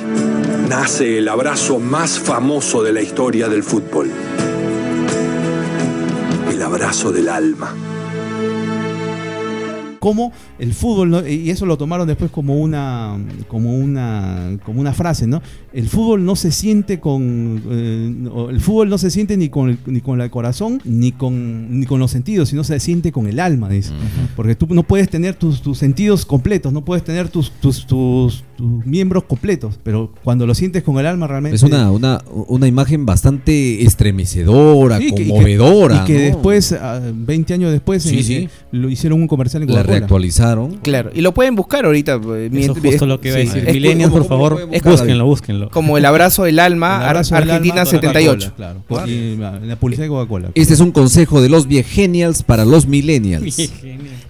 nace el abrazo más famoso de la historia del fútbol. El abrazo del alma. cómo el fútbol ¿no? y eso lo tomaron después como una como una como una frase no el fútbol no se siente con eh, no, el fútbol no se siente ni con el, ni con el corazón ni con ni con los sentidos sino se siente con el alma dice porque tú no puedes tener tus, tus sentidos completos no puedes tener tus tus, tus tus miembros completos pero cuando lo sientes con el alma realmente Es una, una, una imagen bastante estremecedora, Sí, que- y que- conmovedora. y que ¿no? después ah, 20 años después Sí, eh, sí. lo hicieron un comercial en la Coca-Cola. reactualizaron. Claro, y lo pueden buscar ahorita. eh, Eso mientras- es justo lo que iba a sí. decir. Es Millennials, ¿cómo- por cómo favor, pueden buscarlo? búsquenlo, búsquenlo. como el abrazo del alma, El Ar- abrazo del Argentina alma, 78. Coca-Cola, claro. Y la, la publicidad de Coca-Cola. Este es un consejo de los viegenials para los millennials.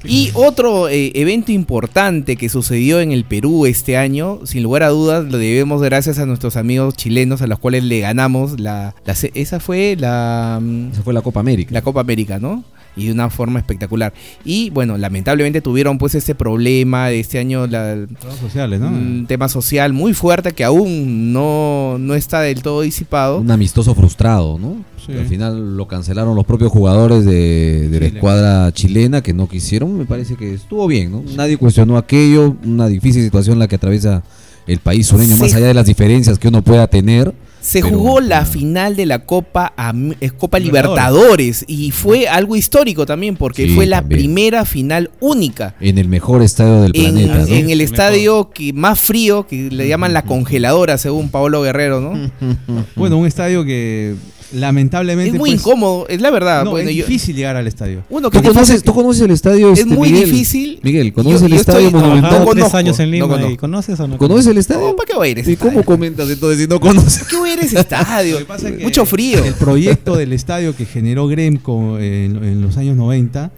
Y otro eh, evento importante que sucedió en el Perú este año, sin lugar a dudas, lo debemos gracias a nuestros amigos chilenos a los cuales le ganamos la... la se- esa fue la... mm, Esa fue la Copa América. la Copa América, ¿no? Y de una forma espectacular. Y bueno, lamentablemente tuvieron pues ese problema de este año, la, Redes sociales, ¿no? un tema social muy fuerte que aún no, no está del todo disipado. Un amistoso frustrado, ¿no? Sí. Al final lo cancelaron los propios jugadores de, de la Chile. escuadra chilena que no quisieron. Me parece que estuvo bien, ¿no? Nadie cuestionó aquello. Una difícil situación la que atraviesa el país sureño, Sí. más allá de las diferencias que uno pueda tener. Se Pero, jugó la ah, final de la Copa, Am- eh, Copa Libertadores Libertadores. y fue algo histórico también porque Sí, fue la también. primera final única. En el mejor estadio del En, planeta, ¿no? en el estadio que más frío, que le llaman la congeladora, según Paolo Guerrero, ¿no? [LAUGHS] Bueno, un estadio que lamentablemente. Es muy pues, incómodo, es la verdad. No, bueno, es yo- difícil llegar al estadio. uno que ¿Tú conoces, tú conoces el estadio? Es este, muy Miguel? difícil. Miguel, Yo- ¿conoces el yo estoy estadio Trabajado monumental? trabajando. tres conozco, años en no Lima conozco. y conoces o no ¿Conoces el estadio? No, ¿Para qué va a ir ese ¿Y cómo estadio? comentas entonces si no conoces? ¿Qué hubiera ese estadio? [LAUGHS] Lo que pasa es que Mucho frío. El proyecto del estadio que generó Gremco eh, en, en los años 90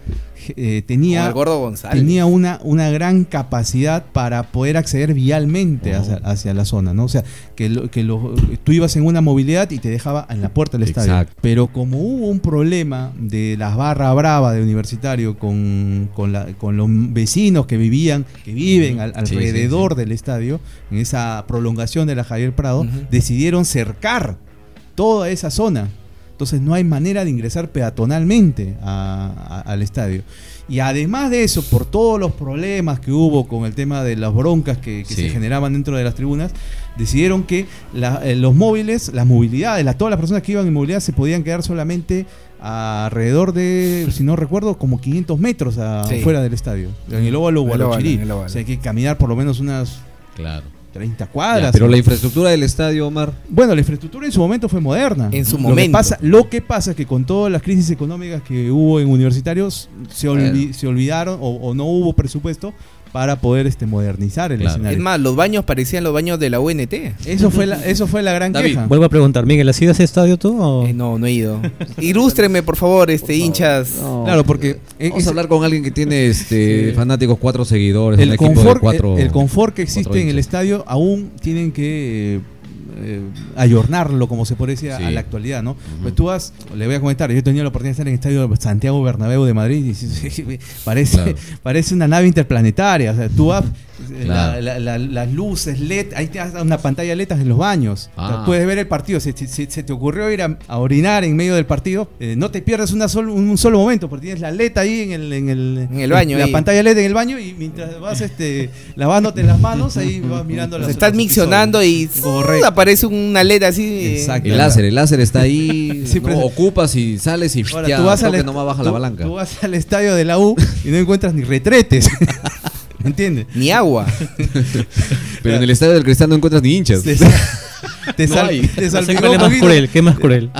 eh, Con tenía, el gordo González. tenía una, una gran capacidad para poder acceder vialmente Oh. hacia, hacia la zona, ¿no? O sea, que, lo- que lo- tú ibas en una movilidad y te dejaba en la puerta del estadio. Exacto. Pero como hubo un problema de las barra brava de universitario con, con, la- con los vecinos que vivían, que viven al- Sí, sí, alrededor del estadio, en esa prolongación de la Javier Prado, Ujú. decidieron cercar toda esa zona. Entonces no hay manera de ingresar peatonalmente a- a- al estadio. Y además de eso, por todos los problemas que hubo con el tema de las broncas que, que Sí. se generaban dentro de las tribunas, decidieron que la- eh, los móviles, las movilidades, las- todas las personas que iban en movilidad se podían quedar solamente alrededor de, si no recuerdo, como 500 metros a- [LAUGHS] Sí. fuera del estadio. En el óvalo En el óvalo, Guarochirí. en el óvalo. O sea, hay que caminar por lo menos unas Claro. 30 cuadras. pero la infraestructura del estadio, Omar. Bueno, la infraestructura en su momento fue moderna. En su Lo que momento. pasa- lo que pasa es que con todas las crisis económicas que hubo en universitarios, se, olvi- Claro. se olvidaron o, o no hubo presupuesto para poder este, modernizar el Claro. escenario. Es más, los baños parecían los baños de la UNT. Eh, Eso fue la, eso fue la gran David, queja. Vuelvo a preguntar, Miguel, ¿has ido a ese estadio tú? o- Eh, no, no he ido. Ilústrenme, por favor, este hinchas. Claro, porque eh, Vamos es- a hablar con alguien que tiene este fanáticos cuatro seguidores, un el equipo de confort, eh, cuatro- el, el confort que existe cuatro en el hinchas. estadio aún tienen que eh, eh, ayornarlo, como se puede decir, a- Sí. a la actualidad, ¿no? Pues tú vas, le voy a comentar, yo he tenido la oportunidad de estar en el estadio Santiago Bernabéu de Madrid y sí, [LAUGHS] parece, Claro. parece una nave interplanetaria. O sea, tú vas, eh, Claro. la- la- la- las luces LED, ahí te das una pantalla LED en los baños. O sea, Ah. puedes ver el partido. Si, si- si- se te ocurrió ir a, a orinar en medio del partido, eh, no te pierdas una sol- un solo momento, porque tienes la LED ahí en el, en el, En el baño, La ahí. pantalla pantalla LED en el baño y mientras [LAUGHS] vas este, lavándote las manos, ahí vas mirando las Se están miccionando y Correcto. aparece una LED así. eh, Exacto. El láser, el láser está ahí. [LAUGHS] Sí, ¿no? pero- Ocupas y sales y Ahora, ya, tú vas creo al que est- no más baja tú- la palanca. Tú vas al estadio de la U y no encuentras [LAUGHS] ni retretes. ¿Me [LAUGHS] entiendes? Ni [LAUGHS] agua. Pero en el estadio del Cristal no encuentras ni hinchas. [LAUGHS] Te, sal- te No sal- hay. te No sé salpicó cuál un es más poquito, cruel, qué es más cruel.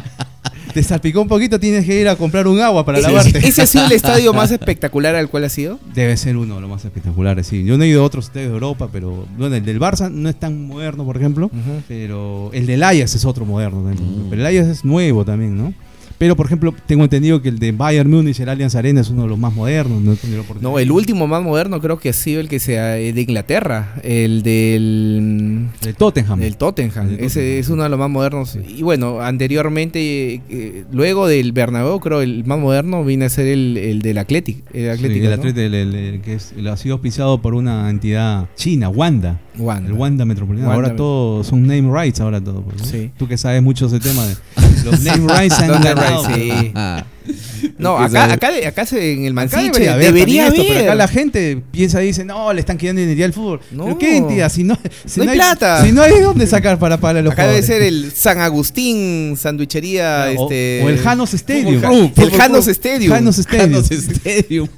te salpicó un poquito, tienes que ir a comprar un agua para ¿Ese, lavarte. ese ha sido el [LAUGHS] estadio más espectacular al cual ha sido? Debe ser uno de los más espectaculares, sí. Yo no he ido a otros estadios de Europa, pero bueno, el del Barça no es tan moderno, por ejemplo, pero el del Ajax es otro moderno también. Pero el Ajax es nuevo también, ¿no? Pero, por ejemplo, tengo entendido que el de Bayern Múnich, el Allianz Arena, es uno de los más modernos. No, he tenido la oportunidad. No, el último más moderno creo que ha sido el que sea eh, de Inglaterra, el del del Tottenham. del Tottenham. El del Ese Tottenham. es uno de los más modernos. Y bueno, anteriormente, eh, eh, luego del Bernabéu, creo el más moderno viene a ser el, el del Athletic. El Sí, Atlético, el ¿no? Atlético, el- el- el que es- lo ha sido auspiciado por una entidad china, Wanda. Wanda. El Wanda Metropolitano. Wanda ahora todo son name rights, ahora todo. pues, ¿no? Sí. Tú que sabes mucho ese [LAUGHS] tema de los name rights han Los name ganado, rights, pero- sí. Ah, [LAUGHS] No, Porque acá, sabe- acá, de- acá se- en el Acá Manciche debería haber debería haber. también esto, pero acá la gente piensa y dice, no, le están quitando identidad al fútbol. No. ¿Pero qué entidad? Si no, si No hay plata. Si no hay dónde sacar para, para los Acá debe jugadores. Ah, ser el San Agustín Sanduichería. O- este, o el Janos Stadium. Uh, Club, El Janos Stadium. Janos Stadium. Thanos [LAUGHS] Stadium.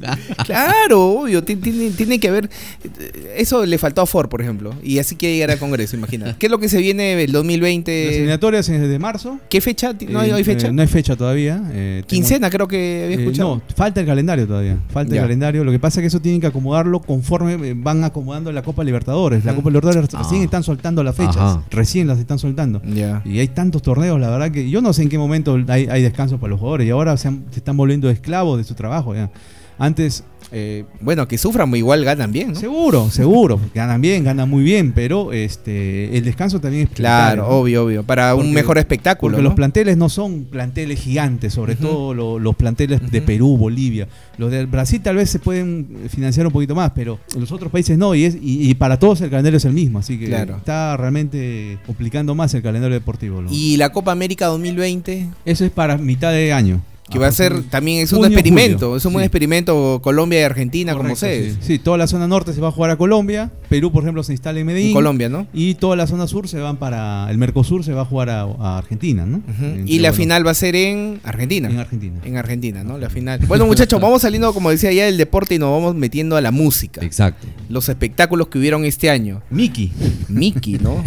Claro, obvio, ti- tiene, tiene que haber. eh, Eso le faltó a Ford, por ejemplo. Y así quiere llegar al Congreso, imagina. ¿Qué es lo que se viene el Las 2020? eliminatorias es desde marzo. ¿Qué fecha? ¿No hay, Eh, hay fecha? eh, no hay fecha todavía. eh, tengo- Quincena, creo que había Eh, escuchado. no, falta el calendario todavía. Falta Ya. el calendario. Lo que pasa es que eso tienen que acomodarlo conforme eh, van acomodando la Copa Libertadores. La Ujú. Copa Libertadores Ah. recién están soltando las fechas. Ajá. Recién las están soltando. Ya. Y hay tantos torneos, la verdad que yo no sé en qué momento hay, hay descanso para los jugadores. Y ahora se, han- se están volviendo esclavos de su trabajo. ya. Antes, eh, Bueno, que sufran, pero igual ganan bien, ¿no? seguro, seguro, ganan bien, ganan muy bien, pero este el descanso también es prioritario, Claro, ¿no? obvio, obvio. Para un Porque- mejor espectáculo. Porque los ¿no? planteles no son planteles gigantes, sobre Ujú. todo lo- los planteles de Ujú. Perú, Bolivia. Los del Brasil tal vez se pueden financiar un poquito más, pero los otros países no, y, es, y, y para todos el calendario es el mismo, así que Claro. está realmente complicando más el calendario deportivo. ¿no? Y la Copa América 2020, Eso es para mitad de año. que va a ser también es un Junio, experimento. julio. Es un Sí. buen experimento Colombia y Argentina, como Correcto, ustedes. sí. Sí, toda la zona norte se va a jugar a Colombia, Perú por ejemplo se instala en Medellín. En Colombia, ¿no? Y toda la zona sur se van para. El Mercosur se va a jugar a, a Argentina, ¿no? Ujú. Entre, Y la bueno, final va a ser en Argentina. En Argentina. En Argentina, ¿no? La final. Bueno, muchachos, vamos saliendo, como decía ya, del deporte y nos vamos metiendo a la música. Exacto. Los espectáculos que hubieron este año. Miki. Mickey, [LAUGHS] ¿no?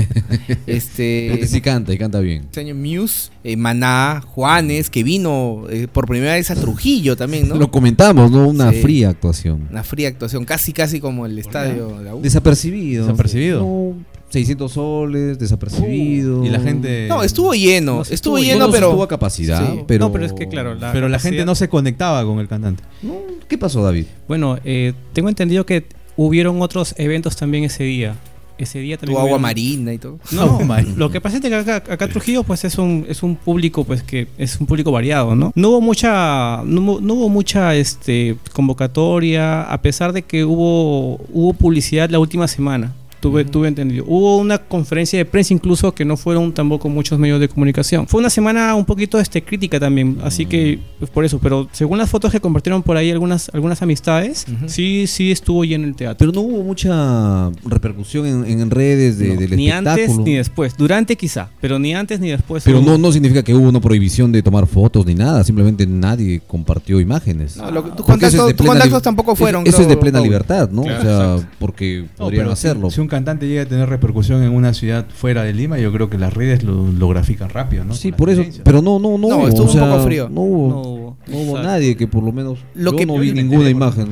Este. Este sí canta y canta bien. Este año Muse, eh, Maná, Juanes, que vino eh, por primera vez a Trujillo también, ¿no? Lo comentamos, ¿no? Una Sí. fría actuación. Una fría actuación, casi casi como el estadio de la U. Desapercibido. Desapercibido. No, 600 soles, desapercibido. Y la gente. No, estuvo lleno, Mm. No, estuvo, lleno, no pero. Estuvo a capacidad. Sí. Pero... No, pero es que claro, la Pero la gente capacidad- no se conectaba con el cantante. No, ¿Qué pasó, David? [LAUGHS] Bueno, eh, tengo entendido que hubieron otros eventos también ese día. Ese día también. Tuvo agua hubieron- marina y todo. No, man. lo que pasa es que acá, acá Trujillo pues es un es un público pues que es un público variado, ¿no? No hubo mucha no, hubo- no hubo mucha este convocatoria a pesar de que hubo hubo publicidad la última semana. tuve, tuve entendido. Hubo una conferencia de prensa incluso que no fueron tampoco muchos medios de comunicación. Fue una semana un poquito este, crítica también, así Mm. que pues, por eso, pero según las fotos que compartieron por ahí algunas, algunas amistades, sí, sí estuvo lleno el teatro. Pero no hubo mucha repercusión en, en redes de- No, del ni espectáculo. antes ni después. Durante quizá, pero ni antes ni después. Pero no, no significa que hubo una prohibición de tomar fotos ni nada, simplemente nadie compartió imágenes. No, lo que- tus Porque eso es contactos- de tus plena contactos lib- tampoco eso- fueron, Eso es de creo, plena Paul. libertad, ¿no? Claro, o sea, Ah, porque No, podrían pero si- hacerlo. Si un cantante llega a tener repercusión en una ciudad fuera de Lima, yo creo que las redes lo, lo grafican rápido, ¿no? Sí, Con por las eso. tendencias. Pero no, no, no. No, hubo, estuvo o un sea, poco frío. No hubo, No hubo. no hubo Exacto. nadie que por lo menos. Lo yo que- no vi ninguna imagen.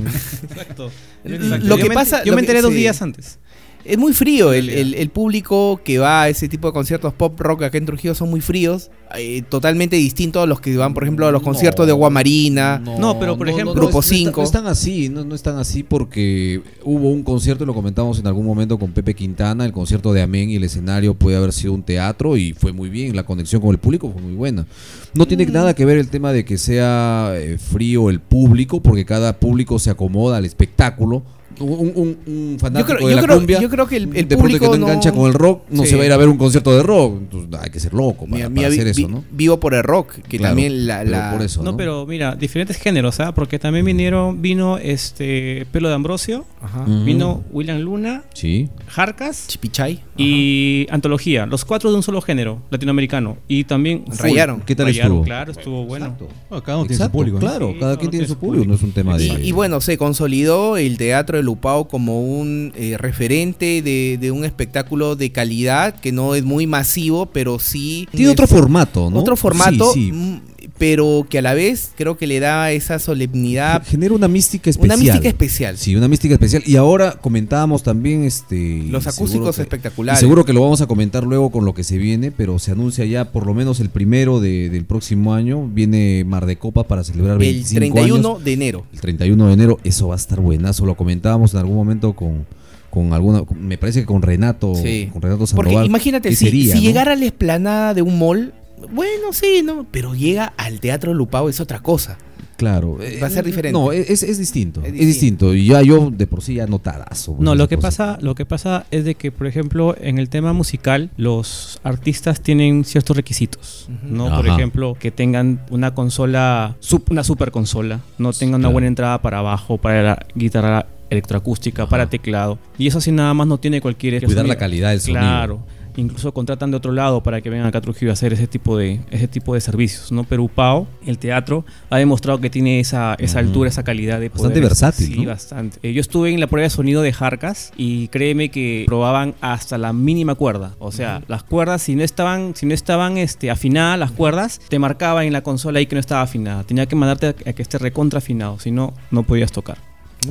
Lo que pasa- Yo lo me que- enteré dos sí. días antes. Es muy frío el, el- el público que va a ese tipo de conciertos pop rock acá en Trujillo son muy fríos, eh, totalmente distintos a los que van, por ejemplo, a los conciertos No. de Guamarina. No, pero por ejemplo- Grupo es- no está- cinco. No, están así, no, no están así porque hubo un concierto, lo comentamos en algún momento con Pepe Quintana, el concierto de Amén y el escenario puede haber sido un teatro y fue muy bien, la conexión con el público fue muy buena. No Mm. tiene nada que ver el tema de que sea eh, frío el público porque cada público se acomoda al espectáculo. Un, un- un fanático creo- de yo la creo- cumbia, yo creo que el- el de pronto que público no engancha no- con el rock, no Sí. se va a ir a ver un concierto de rock. Entonces, hay que ser loco Mi- para, mi- para hacer vi- eso, ¿no? Vivo por el rock, que Claro, también la... pero la- por eso, No, ¿no? pero mira, diferentes géneros, ¿ah? Porque también vinieron, vino este Pelo de Ambrosio, Ajá. Ujú. vino William Luna, Sí. Jarcas Chipichay. y Antología, los cuatro de un solo género, latinoamericano. Y también full. Rayaron. ¿Qué tal Rayaron, estuvo? Claro, estuvo bueno. No, cada uno tiene su Exacto, público. ¿no? Claro, Sí, cada no, quien no tiene tiene su su público, no es un tema de. Y, y bueno, se consolidó el Teatro de Lupao como un eh, referente de, de un espectáculo de calidad que no es muy masivo, pero sí... tiene otro es- formato, ¿no? Otro formato, Sí, sí. mm, pero que a la vez creo que le da esa solemnidad, Genera una mística especial. una mística especial. Sí, una mística especial. Y ahora comentábamos también este. Los seguro acústicos que- espectaculares. y Seguro que lo vamos a comentar luego con lo que se viene, pero se anuncia ya por lo menos el primero de- del próximo año. Viene Mar de Copa para celebrar el 25 31 años. de enero. El 31 de enero, eso va a estar buenazo. Lo comentábamos en algún momento con, con alguna. con- me parece que con Renato. Sí. Con Renato Porque Sandoval. imagínate, ¿Qué si, sería, si no? llegara a la esplanada de un mall, bueno, sí, no, pero llega al Teatro Lupao es otra cosa. Claro. Va a eh, ser diferente. No, es, es distinto. Es Es distinto. Y ya yo de por sí ya notadazo. No, lo que pasa, lo que pasa es de que, por ejemplo, en el tema musical, los artistas tienen ciertos requisitos, ¿no? Por Ajá. ejemplo, que tengan una consola, sup- una super consola, no tengan una claro. buena entrada para bajo, para la guitarra electroacústica, para teclado. Y eso sí nada más no tiene cualquier... Cuidar la calidad del sonido. Claro. Incluso contratan de otro lado para que vengan acá a Trujillo a hacer ese tipo de, ese tipo de servicios, ¿no? Pero Upao, el teatro, ha demostrado que tiene esa, esa Ujú. altura, esa calidad de Bastante poder- versátil, Sí, ¿no? bastante. Eh, yo estuve en la prueba de sonido de Jarcas y créeme que probaban hasta la mínima cuerda. O sea, las cuerdas, si no estaban, si no estaban este, afinadas las cuerdas, te marcaba en la consola ahí que no estaba afinada. Tenía que mandarte a, a que esté recontra afinado, si no, no podías tocar.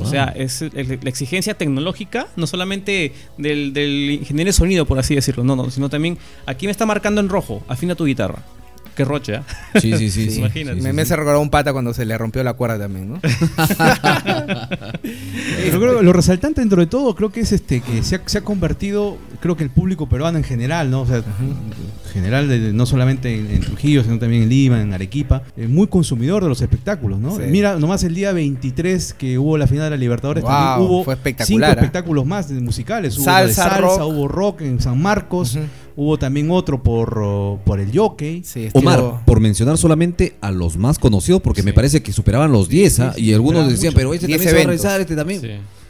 O sea, es el- la exigencia tecnológica, no solamente del, del ingeniero de sonido, por así decirlo, no, no, sino también aquí me está marcando en rojo, afina tu guitarra. Qué rocha. ¿eh? Sí, sí, [LAUGHS] sí. sí, Imagínate. sí, sí, me, sí. me hace recordar un pata cuando se le rompió la cuerda también, [LAUGHS] ¿no? Yo creo que lo resaltante dentro de todo creo que es este que se ha, se ha convertido, creo que el público peruano en general, ¿no? O sea, en general de- de- no solamente en, en Trujillo, sino también en Lima, en Arequipa, eh, muy consumidor de los espectáculos, ¿no? Sí. Mira, nomás el día 23 que hubo la final de la Libertadores Wow, también hubo fue espectacular, cinco ¿ah? espectáculos más de musicales, hubo Salsa, salsa, salsa rock. hubo rock en San Marcos, Ujú. hubo también otro por oh, por el jockey. Sí, estilo- Omar, por mencionar solamente a los más conocidos, porque me parece que superaban los 10, ¿ah? y algunos decían, pero este Diez también se va a eventos. realizar, este también.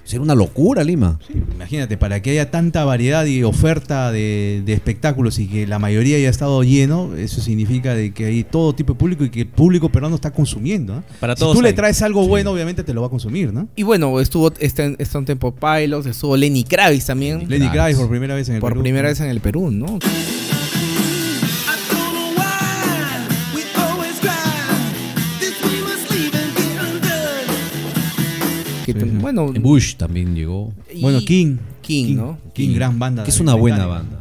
Será una locura, Lima. Sí, imagínate, para que haya tanta variedad y oferta de, de espectáculos y que la mayoría haya estado lleno, eso significa de que hay todo tipo de público y que el público peruano está consumiendo. ¿no? Para si todos tú le hay. traes algo bueno, obviamente te lo va a consumir, ¿no? Y bueno, estuvo Stone Stone Temple Pilots, estuvo Lenny Kravitz también. Lenny Claro. Kravitz por primera vez en el por Perú. primera vez en el Perú, ¿no? Que te- bueno, Bush también llegó. y- Bueno, King. King, ¿no? King, gran banda. Que es una buena banda.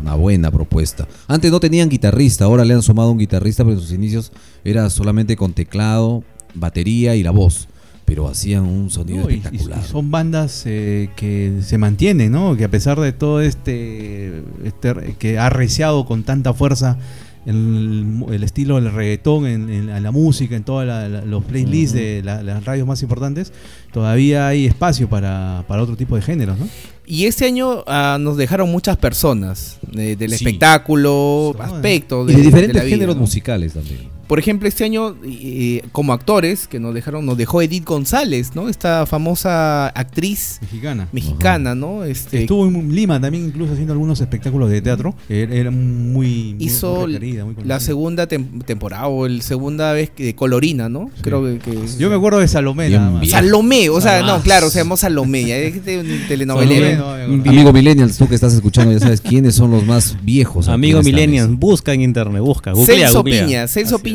Una buena propuesta. Antes no tenían guitarrista, ahora le han sumado un guitarrista, pero en sus inicios era solamente con teclado, batería y la voz. pero hacían un sonido No, y- y- espectacular. y son bandas eh, que se mantienen, ¿no? Que a pesar de todo este, este- que ha reciado con tanta fuerza el, el estilo del reggaetón en, en la- la música, en todos los playlists de la- las radios más importantes, todavía hay espacio para, para otro tipo de géneros, ¿no? Y este año ah, nos dejaron muchas personas eh, del Sí. espectáculo, Sí. aspectos y de diferentes la vida, géneros ¿no? musicales también. Por ejemplo, este año, eh, como actores que nos dejaron, nos dejó Edith González, ¿no? Esta famosa actriz Mexicana. mexicana, ¿no? Este, Estuvo en Lima también incluso haciendo algunos espectáculos de teatro. Era era muy, muy- hizo muy requerida, muy la conocida. segunda tem- temporada o la segunda vez que de Colorina, ¿no? Creo que, que- Yo me acuerdo de Salomé Bien, nada más. bien. Salomé, o sea, Ah, no, sí. claro, se llamó Salomé, ya es de un Salomé, telenovelero. no, me acuerdo. Amigo Millennials, tú que estás escuchando, ya sabes quiénes son los más viejos. aquí en Amigo esta Millennials, busca en internet, busca. Ah, Googlea, Celso googlea. Piña, Celso Piña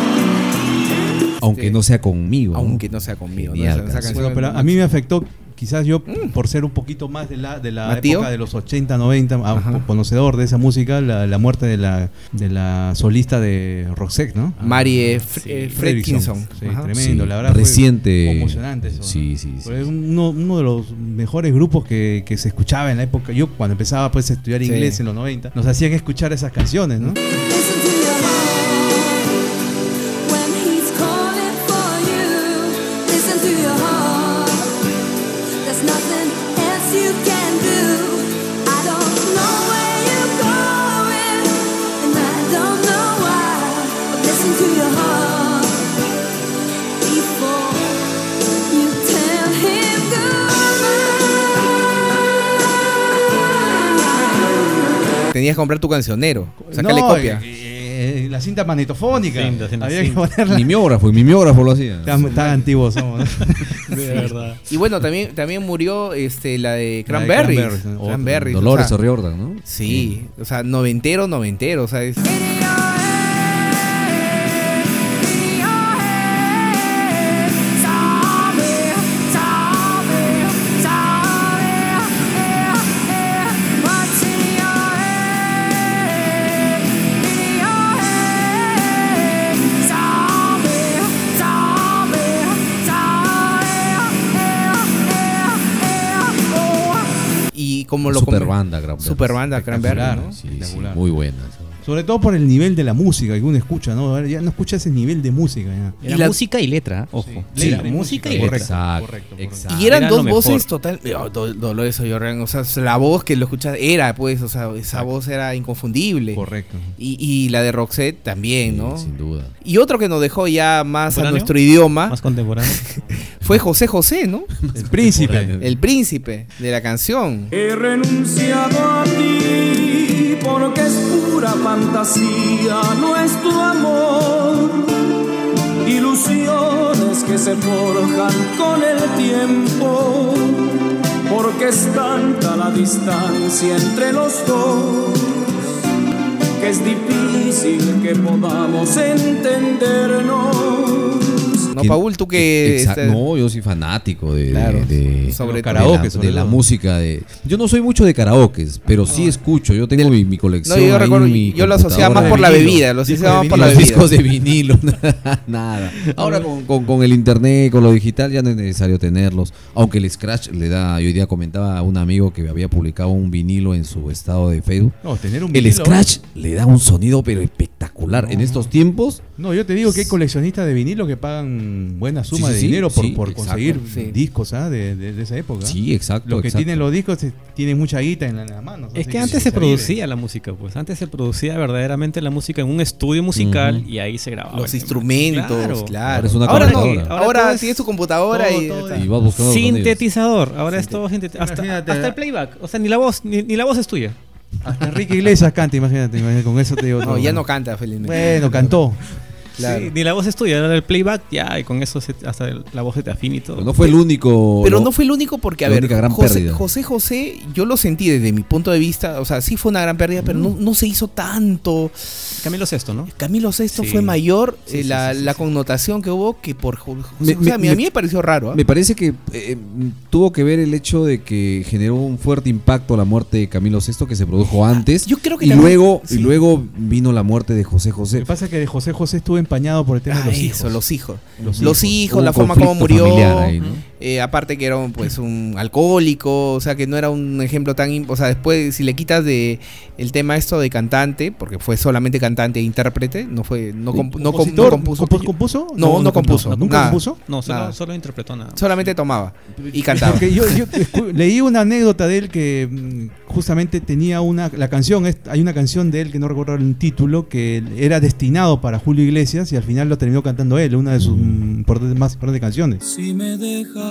mesa. Aunque no sea conmigo. Aunque no sea conmigo, ¿no? Genial, Esa- esa canción. canción Mm. Bueno, pero a mí me afectó, quizás yo, por ser un poquito más de la, de la ¿Matío? época de los 80, 90, a- Ajá. co- conocedor de esa música, la, la muerte de la, de la solista de Roxette, ¿no? Ah, Marie Fre- eh, Fredkinson. Fredrickson. Sí, Ajá. tremendo, Sí, la verdad. fue reciente. Emocionante eso. Sí, sí, sí. Fue uno, uno de los mejores grupos que, que se escuchaba en la época. Yo, cuando empezaba pues, a estudiar Sí. inglés en los 90, nos hacían escuchar esas canciones, ¿no? Listen to your heart when he's calling for you. Listen to your heart. There's nothing else you can do. I don't know where you're going, and I don't know why. But listen to your heart before you tell him goodbye. Tenías que comprar tu cancionero, sacarle No, copia. eh, eh, la cinta magnetofónica. La cinta, sí, la Había que cinta. ponerla. Mimeógrafo, y mimeógrafo lo hacía. Tan, tan antiguos somos. [LAUGHS] [LAUGHS] De verdad. Y bueno, también, también murió este, la de La de Cranberries. Cranberries, ¿no? Otra. Cranberries, o Dolores sea, O'Riordan, ¿no? sí, o sea, noventero, noventero, o sea, es- y como lo Super com- banda, Gran Super banda, Cranberries, ¿no? Sí, sí, Espectacular. muy buena. Sobre todo por el nivel de la música que uno escucha, ¿no? Ahora Ya no escucha ese nivel de música. ya. Era Y la- música y letra, ojo. Sí, Era sí, música y correcto. letra. Exacto, correcto, exacto. Y eran Era dos lo mejor. voces total. oh, Do- Dolores O'Riordan, o sea, la voz que lo escuchas era, pues, o sea, esa voz era inconfundible. Correcto. Y, y la de Roxette también, ¿no? Sin duda. Y otro que nos dejó ya más a ¿Contemporáneo? nuestro idioma Más contemporáneo. [LAUGHS] fue José José, ¿no? El príncipe. El príncipe de la canción. He renunciado a ti porque es pura fantasía, no es tu amor. Ilusiones que se forjan con el tiempo, porque es tanta la distancia entre los dos que es difícil que podamos entendernos. No, Paul, tú que. Exacto. este- No, yo soy fanático de, Claro. de- de Sobre todo. la, Karaoke, sobre de la todo. música. de Yo no soy mucho de karaokes, pero sí escucho. Yo tengo mi, mi Ah. No, colección. ahí yo en recuerdo, mi yo lo asociaba computadora. más por la vinilo, bebida, lo asociaba disco más de por la los bebida. discos de vinilo, [LAUGHS] nada. Ahora con, con- con el internet, con lo digital, ya no es necesario tenerlos. Aunque el Scratch le da, yo hoy día comentaba a un amigo que había publicado un vinilo en su estado de Facebook. No, tener un El vinilo- Scratch le da un sonido pero espectacular. En estos tiempos, No, yo te digo que hay coleccionistas de vinilo que pagan buena Sí, suma sí, de sí, dinero por, sí, por exacto. conseguir Sí. discos ¿ah? de, de- de esa época. sí, exacto. Los que exacto. tienen los discos eh, tienen mucha guita en la, en la mano. Es así que antes se vive. producía la música, pues. Antes se producía verdaderamente la música en un estudio musical y ahí se grababa. Los el tema. instrumentos, claro. Claro. Ahora es una ahora no, computadora. ahora, Ahora todo es- tienes tu computadora todo, y. todo está. es- Y vas buscando los sonidos. Sintetizador. Ahora es todo sintetizador. Imagínate- Hasta, hasta el playback. O sea, ni la voz, ni, ni la voz es tuya. Hasta Enrique Iglesias canta, imagínate, imagínate, Con eso te digo. No, todo. ya no canta, felizmente. Bueno, cantó. Claro. Sí, ni la voz es tuya, era el playback, ya, y con eso se- hasta el- la voz se te afina y todo. Pero no fue el único. Pero no fue el único porque, a la ver, única gran José, pérdida. José José, yo lo sentí desde mi punto de vista, o sea, sí fue una gran pérdida, pero no, no se hizo tanto. Mm. Camilo Sesto, ¿no? Camilo Sesto Sí. fue mayor Sí, eh, sí, la, sí, sí, la sí. connotación que hubo que por Jo- José Me- José. a, mí, me- a mí me pareció raro. ¿ah? Me parece que eh, tuvo que ver el hecho de que generó un fuerte impacto la muerte de Camilo VI que se produjo antes. Ah, Yo creo que y también- luego sí. y luego vino la muerte de José José. Lo que pasa es que de José José estuvo empañado por el tema Ah, de los eso, hijos. los hijos. Los Los hijos, Hubo la un forma como conflicto murió. familiar ahí, ¿no? eh, aparte que era un, pues un alcohólico, o sea que no era un ejemplo tan, im- o sea, después si le quitas de el tema esto de cantante, porque fue solamente cantante e intérprete, no fue no, comp- no, com- no ¿Compositor? compuso, ¿Compu- compuso? No, no compuso, ¿Nunca nada. compuso? No, Nada. solo, solo interpretó nada. solamente tomaba y cantaba. Porque yo, [LAUGHS] yo escu- leí una anécdota de él que mm, justamente tenía una. La canción, es- hay una canción de él que no recuerdo el título, que era destinado para Julio Iglesias y al final lo terminó cantando él, una de sus mm, importantes, más importantes canciones. Si me dejas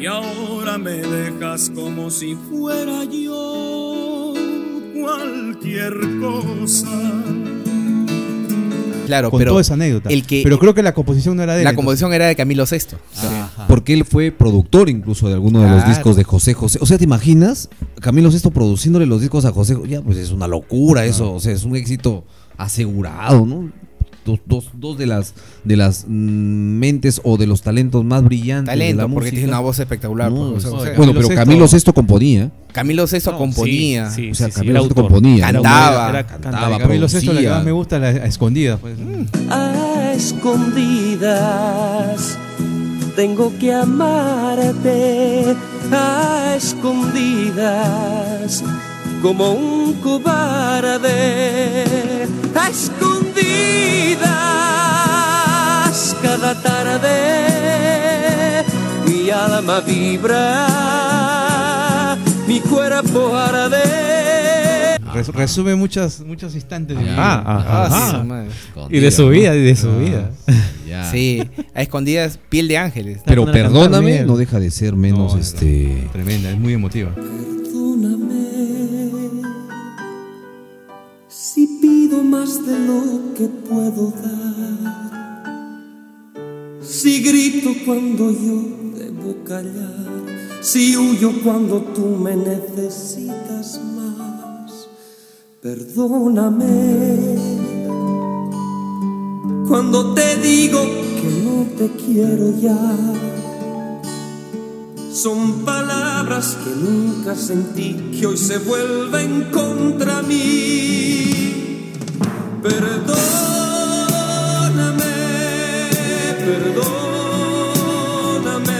y ahora me dejas como si fuera yo cualquier cosa. Claro, Contó pero esa anécdota. el que- pero creo que la composición no era de él. la entonces. Ah, composición era de Camilo VI. Porque él fue productor incluso de alguno de los Ah. Claro. discos de José José. O sea, ¿te imaginas? Camilo Sesto produciéndole los discos a José. Ya, pues es una locura Ah. eso. O sea, es un éxito asegurado, ¿no? Dos, dos, dos de las de las mm, mentes o de los talentos más brillantes de la Talento, música. porque tiene una voz espectacular. No, pues, o o sea, sea, o sea, bueno, Camilo pero Sesto- Camilo Sesto componía. Camilo VI No, componía. sí, sí, O sea, sí, sí, Camilo era Sesto autor. componía. Era- Cantaba. era Cantaba. cantante. De Camilo Sesto, la que producía. más me gusta, la escondida. pues. a escondidas. Tengo que amarte a escondidas, como un cobarde a escondidas. Cada tarde mi alma vibra, mi cuerpo arde. Res- resume muchas, muchos instantes. de mi vida. Ah, ajá, Ah, ajá. su madre. Y de su vida, y de su vida. Ya. Sí, a escondidas, piel de ángeles. Pero Está con la perdóname, cantar, no deja de ser menos No, este. Tremenda, es muy emotiva. Perdóname si pido más de lo que puedo dar, si grito cuando yo debo callar, si huyo cuando tú me necesitas más. Perdóname cuando te digo que no te quiero ya. Son palabras que nunca sentí, que hoy se vuelven contra mí. Perdóname, perdóname.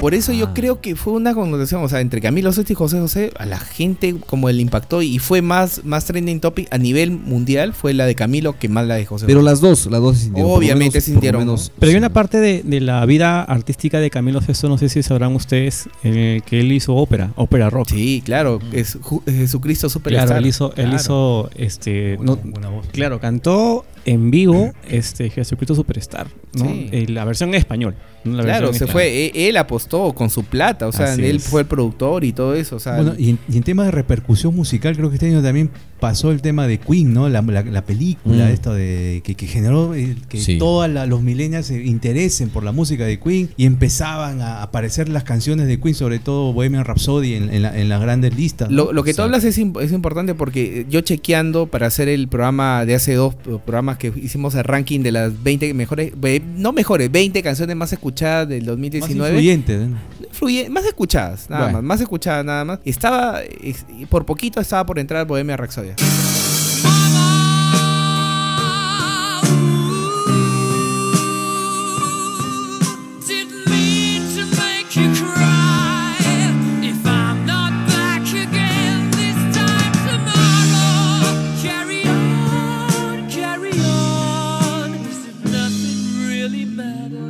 Por eso yo creo que fue una connotación, o sea, entre Camilo Sesto y José José, a la gente como le impactó y fue más, más trending topic a nivel mundial, fue la de Camilo que más la de José. Pero las dos, las dos se sintieron. por lo Obviamente menos- se sintieron, por lo menos- Pero hay una parte de, de la vida artística de Camilo Sesto, no sé si sabrán ustedes, en el que él hizo ópera, ópera rock. Sí, claro, es Ju- es Jesucristo Superstar. Claro, él hizo, él Claro. hizo este, Buena- no- buena voz. claro, cantó en vivo este Jesucristo Superstar, ¿no? Sí. Eh, la versión en español. ¿no? La Claro, versión se en fue, e- él apostó con su plata, o sea, Así él es. fue el productor y todo eso, o sea, Bueno, y en, y en tema de repercusión musical, creo que este año también pasó el tema de Queen, ¿no? La, la- la película, Mm. esto de que, que generó eh, que Sí. todos los millennials se interesen por la música de Queen y empezaban a aparecer las canciones de Queen, sobre todo Bohemian Rhapsody, en, en la- en las grandes listas. ¿no? Lo, lo que tú hablas es, im- es importante porque yo chequeando para hacer el programa de hace dos pro- programas que hicimos el ranking de las 20 mejores, ve- no mejores, 20 canciones más escuchadas del Más 2019. influyente, ¿eh? Fluye- más escuchadas, nada Bueno. más, más escuchadas, nada más. Estaba, es- y por poquito estaba por entrar Bohemia Rhapsody. Didn't mean to make you cry. If I'm not back again this time tomorrow, carry on, carry on. As if nothing really matters.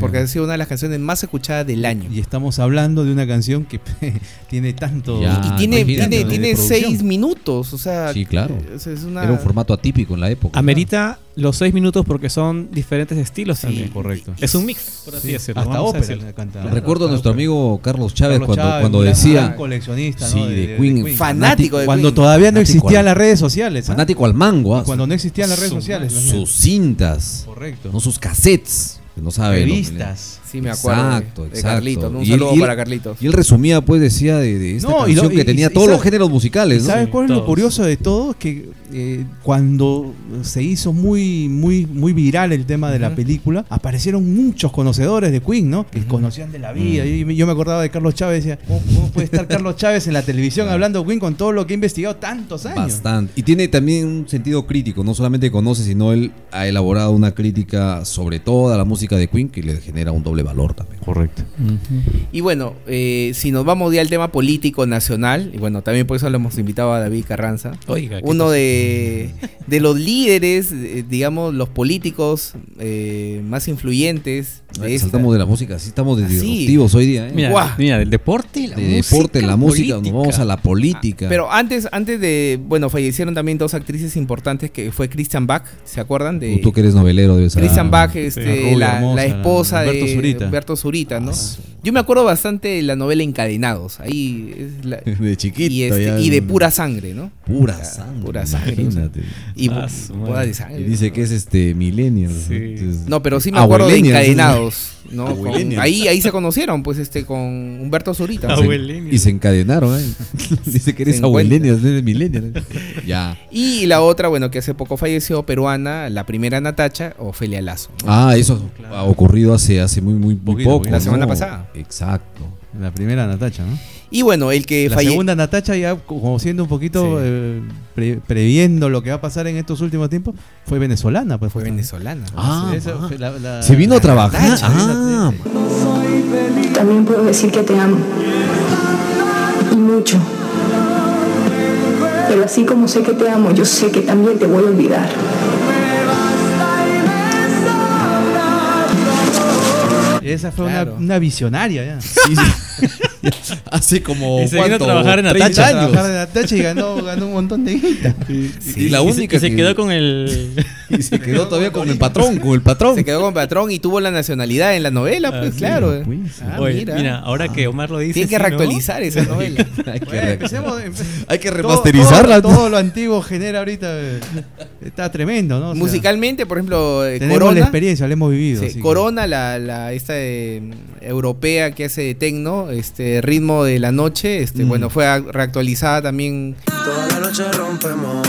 Porque que ha sido una de las canciones más escuchadas del año. Y estamos hablando de una canción que [LAUGHS] tiene tanto. Ya, Y tiene, imagínate, tiene, ¿no? de tiene producción. seis minutos, o sea. Sí, claro. Es, es una... Era un formato atípico en la época. Amerita los seis minutos porque son diferentes estilos también. Correcto. Es un mix, por así Sí, decirlo. Hasta vamos a ópera decirlo. la canta. Recuerdo a Hasta nuestro ópera. amigo Carlos Chávez Carlos cuando, Chávez, cuando un gran- decía gran coleccionista, Sí, ¿no? de Queen, fanático de Cuando Queen. todavía no Fanático existían al- las redes sociales. ¿ah? fanático al mango, ¿ah? Cuando no existían las redes Su- sociales. imagínate. sus cintas, Correcto. no sus cassettes, que no sabe. lo que Revistas. Sí, me acuerdo. de- Exacto, de, exacto. Carlitos, ¿no? Un Y él- saludo y él- para Carlitos. le- Y él resumía, pues decía de, de esta No, y lo- canción que y- tenía y- y todos los sabe- géneros musicales, ¿no? ¿Sabes Sí, cuál es lo todos. curioso de todo? Es que eh, cuando se hizo muy, muy, muy viral el tema de la película, aparecieron muchos conocedores de Queen, ¿no? Que conocían de la vida. Y yo me acordaba de Carlos Chávez, decía, ¿cómo, cómo puede estar Carlos Chávez en la televisión hablando de Queen con todo lo que ha investigado tantos años? Bastante. Y tiene también un sentido crítico. No solamente conoce, sino él ha elaborado una crítica sobre toda la música de Queen que le genera un doble valor también. Correcto. Y bueno, eh, si nos vamos ya al tema político nacional, y bueno, también por eso lo hemos invitado a David Carranza, Oiga, ¿qué uno de, de los líderes, eh, digamos, los políticos eh, más influyentes de esta- Saltamos de la música, así estamos de Así. disruptivos hoy día. ¿eh? Mira, Guau. mira, del deporte, la de música, deporte, la música, política. nos vamos a la política. Ah, Pero antes, antes de, bueno, fallecieron también dos actrices importantes que fue Christian Bach, ¿se acuerdan? De Tú- Tú que eres novelero, debes saber. eh, Christian Bach, la este, rubia la, hermosa, la esposa Humberto de Zurita. Humberto Zurita, ¿no? Yo me acuerdo bastante de la novela Encadenados, ahí es la- De chiquito. y, este, ya. y de pura sangre, ¿no? Pura sangre. Pura sangre. imagínate. Y pues, Ah, su madre. boda de Y sangre. dice que es este millennial. Sí. Entonces- ah, No, pero sí me acuerdo de Abuelenia, encadenados. ¿no? Con- Abuelenia. ahí, ahí se conocieron, pues, este, con Humberto Zurita. Se- Abuelenia. Y se encadenaron. ¿eh? [LAUGHS] Dice que eres Ah, Se encuentra. abuelenia, eres millennial. ya. Y la otra, bueno, que hace poco falleció, peruana, la primera Natacha, Ofelia Lazo. ¿no? Ah, eso ha ocurrido hace, hace muy, muy, muy Poquito, poco. la semana pasada. Exacto. La primera Natacha, ¿no? Y bueno, el que la falle- segunda Natacha, ya conociendo un poquito, Sí. eh, pre- previendo lo que va a pasar en estos últimos tiempos, fue venezolana. Pues, fue justamente. venezolana. Ah, Sí, esa ma. fue la- la- se vino a la trabajar. Natacha, ah, vino a- También puedo decir que te amo. Y mucho. Pero así como sé que te amo, yo sé que también te voy a olvidar. Esa fue Claro. una, una visionaria ya. [LAUGHS] hace como Y se vino a ¿cuánto? trabajar en 30 Atacha. años. Trabajar en Natacha y ganó, ganó un montón de guita. y la se- única y se que- quedó con el. [LAUGHS] Y [LAUGHS] se quedó todavía con el patrón, con el patrón. Se quedó con patrón y tuvo la nacionalidad en la novela, pues, claro. Ah, Oye, mira. mira. ahora que Omar lo dice. Tiene que sí, ¿no? reactualizar esa novela. [LAUGHS] Hay que, Bueno, re- empecemos- empe- hay que todo- remasterizarla. Todo, todo lo antiguo genera ahorita. eh, Está tremendo, ¿no? O sea, Musicalmente, por ejemplo, eh, Tenemos la Corona. experiencia, la hemos vivido. Sí, así que- Corona, la, la- esta eh, europea que hace de tecno, este ritmo de la noche, Mm. este, bueno, fue a- reactualizada también. Toda la noche rompemos,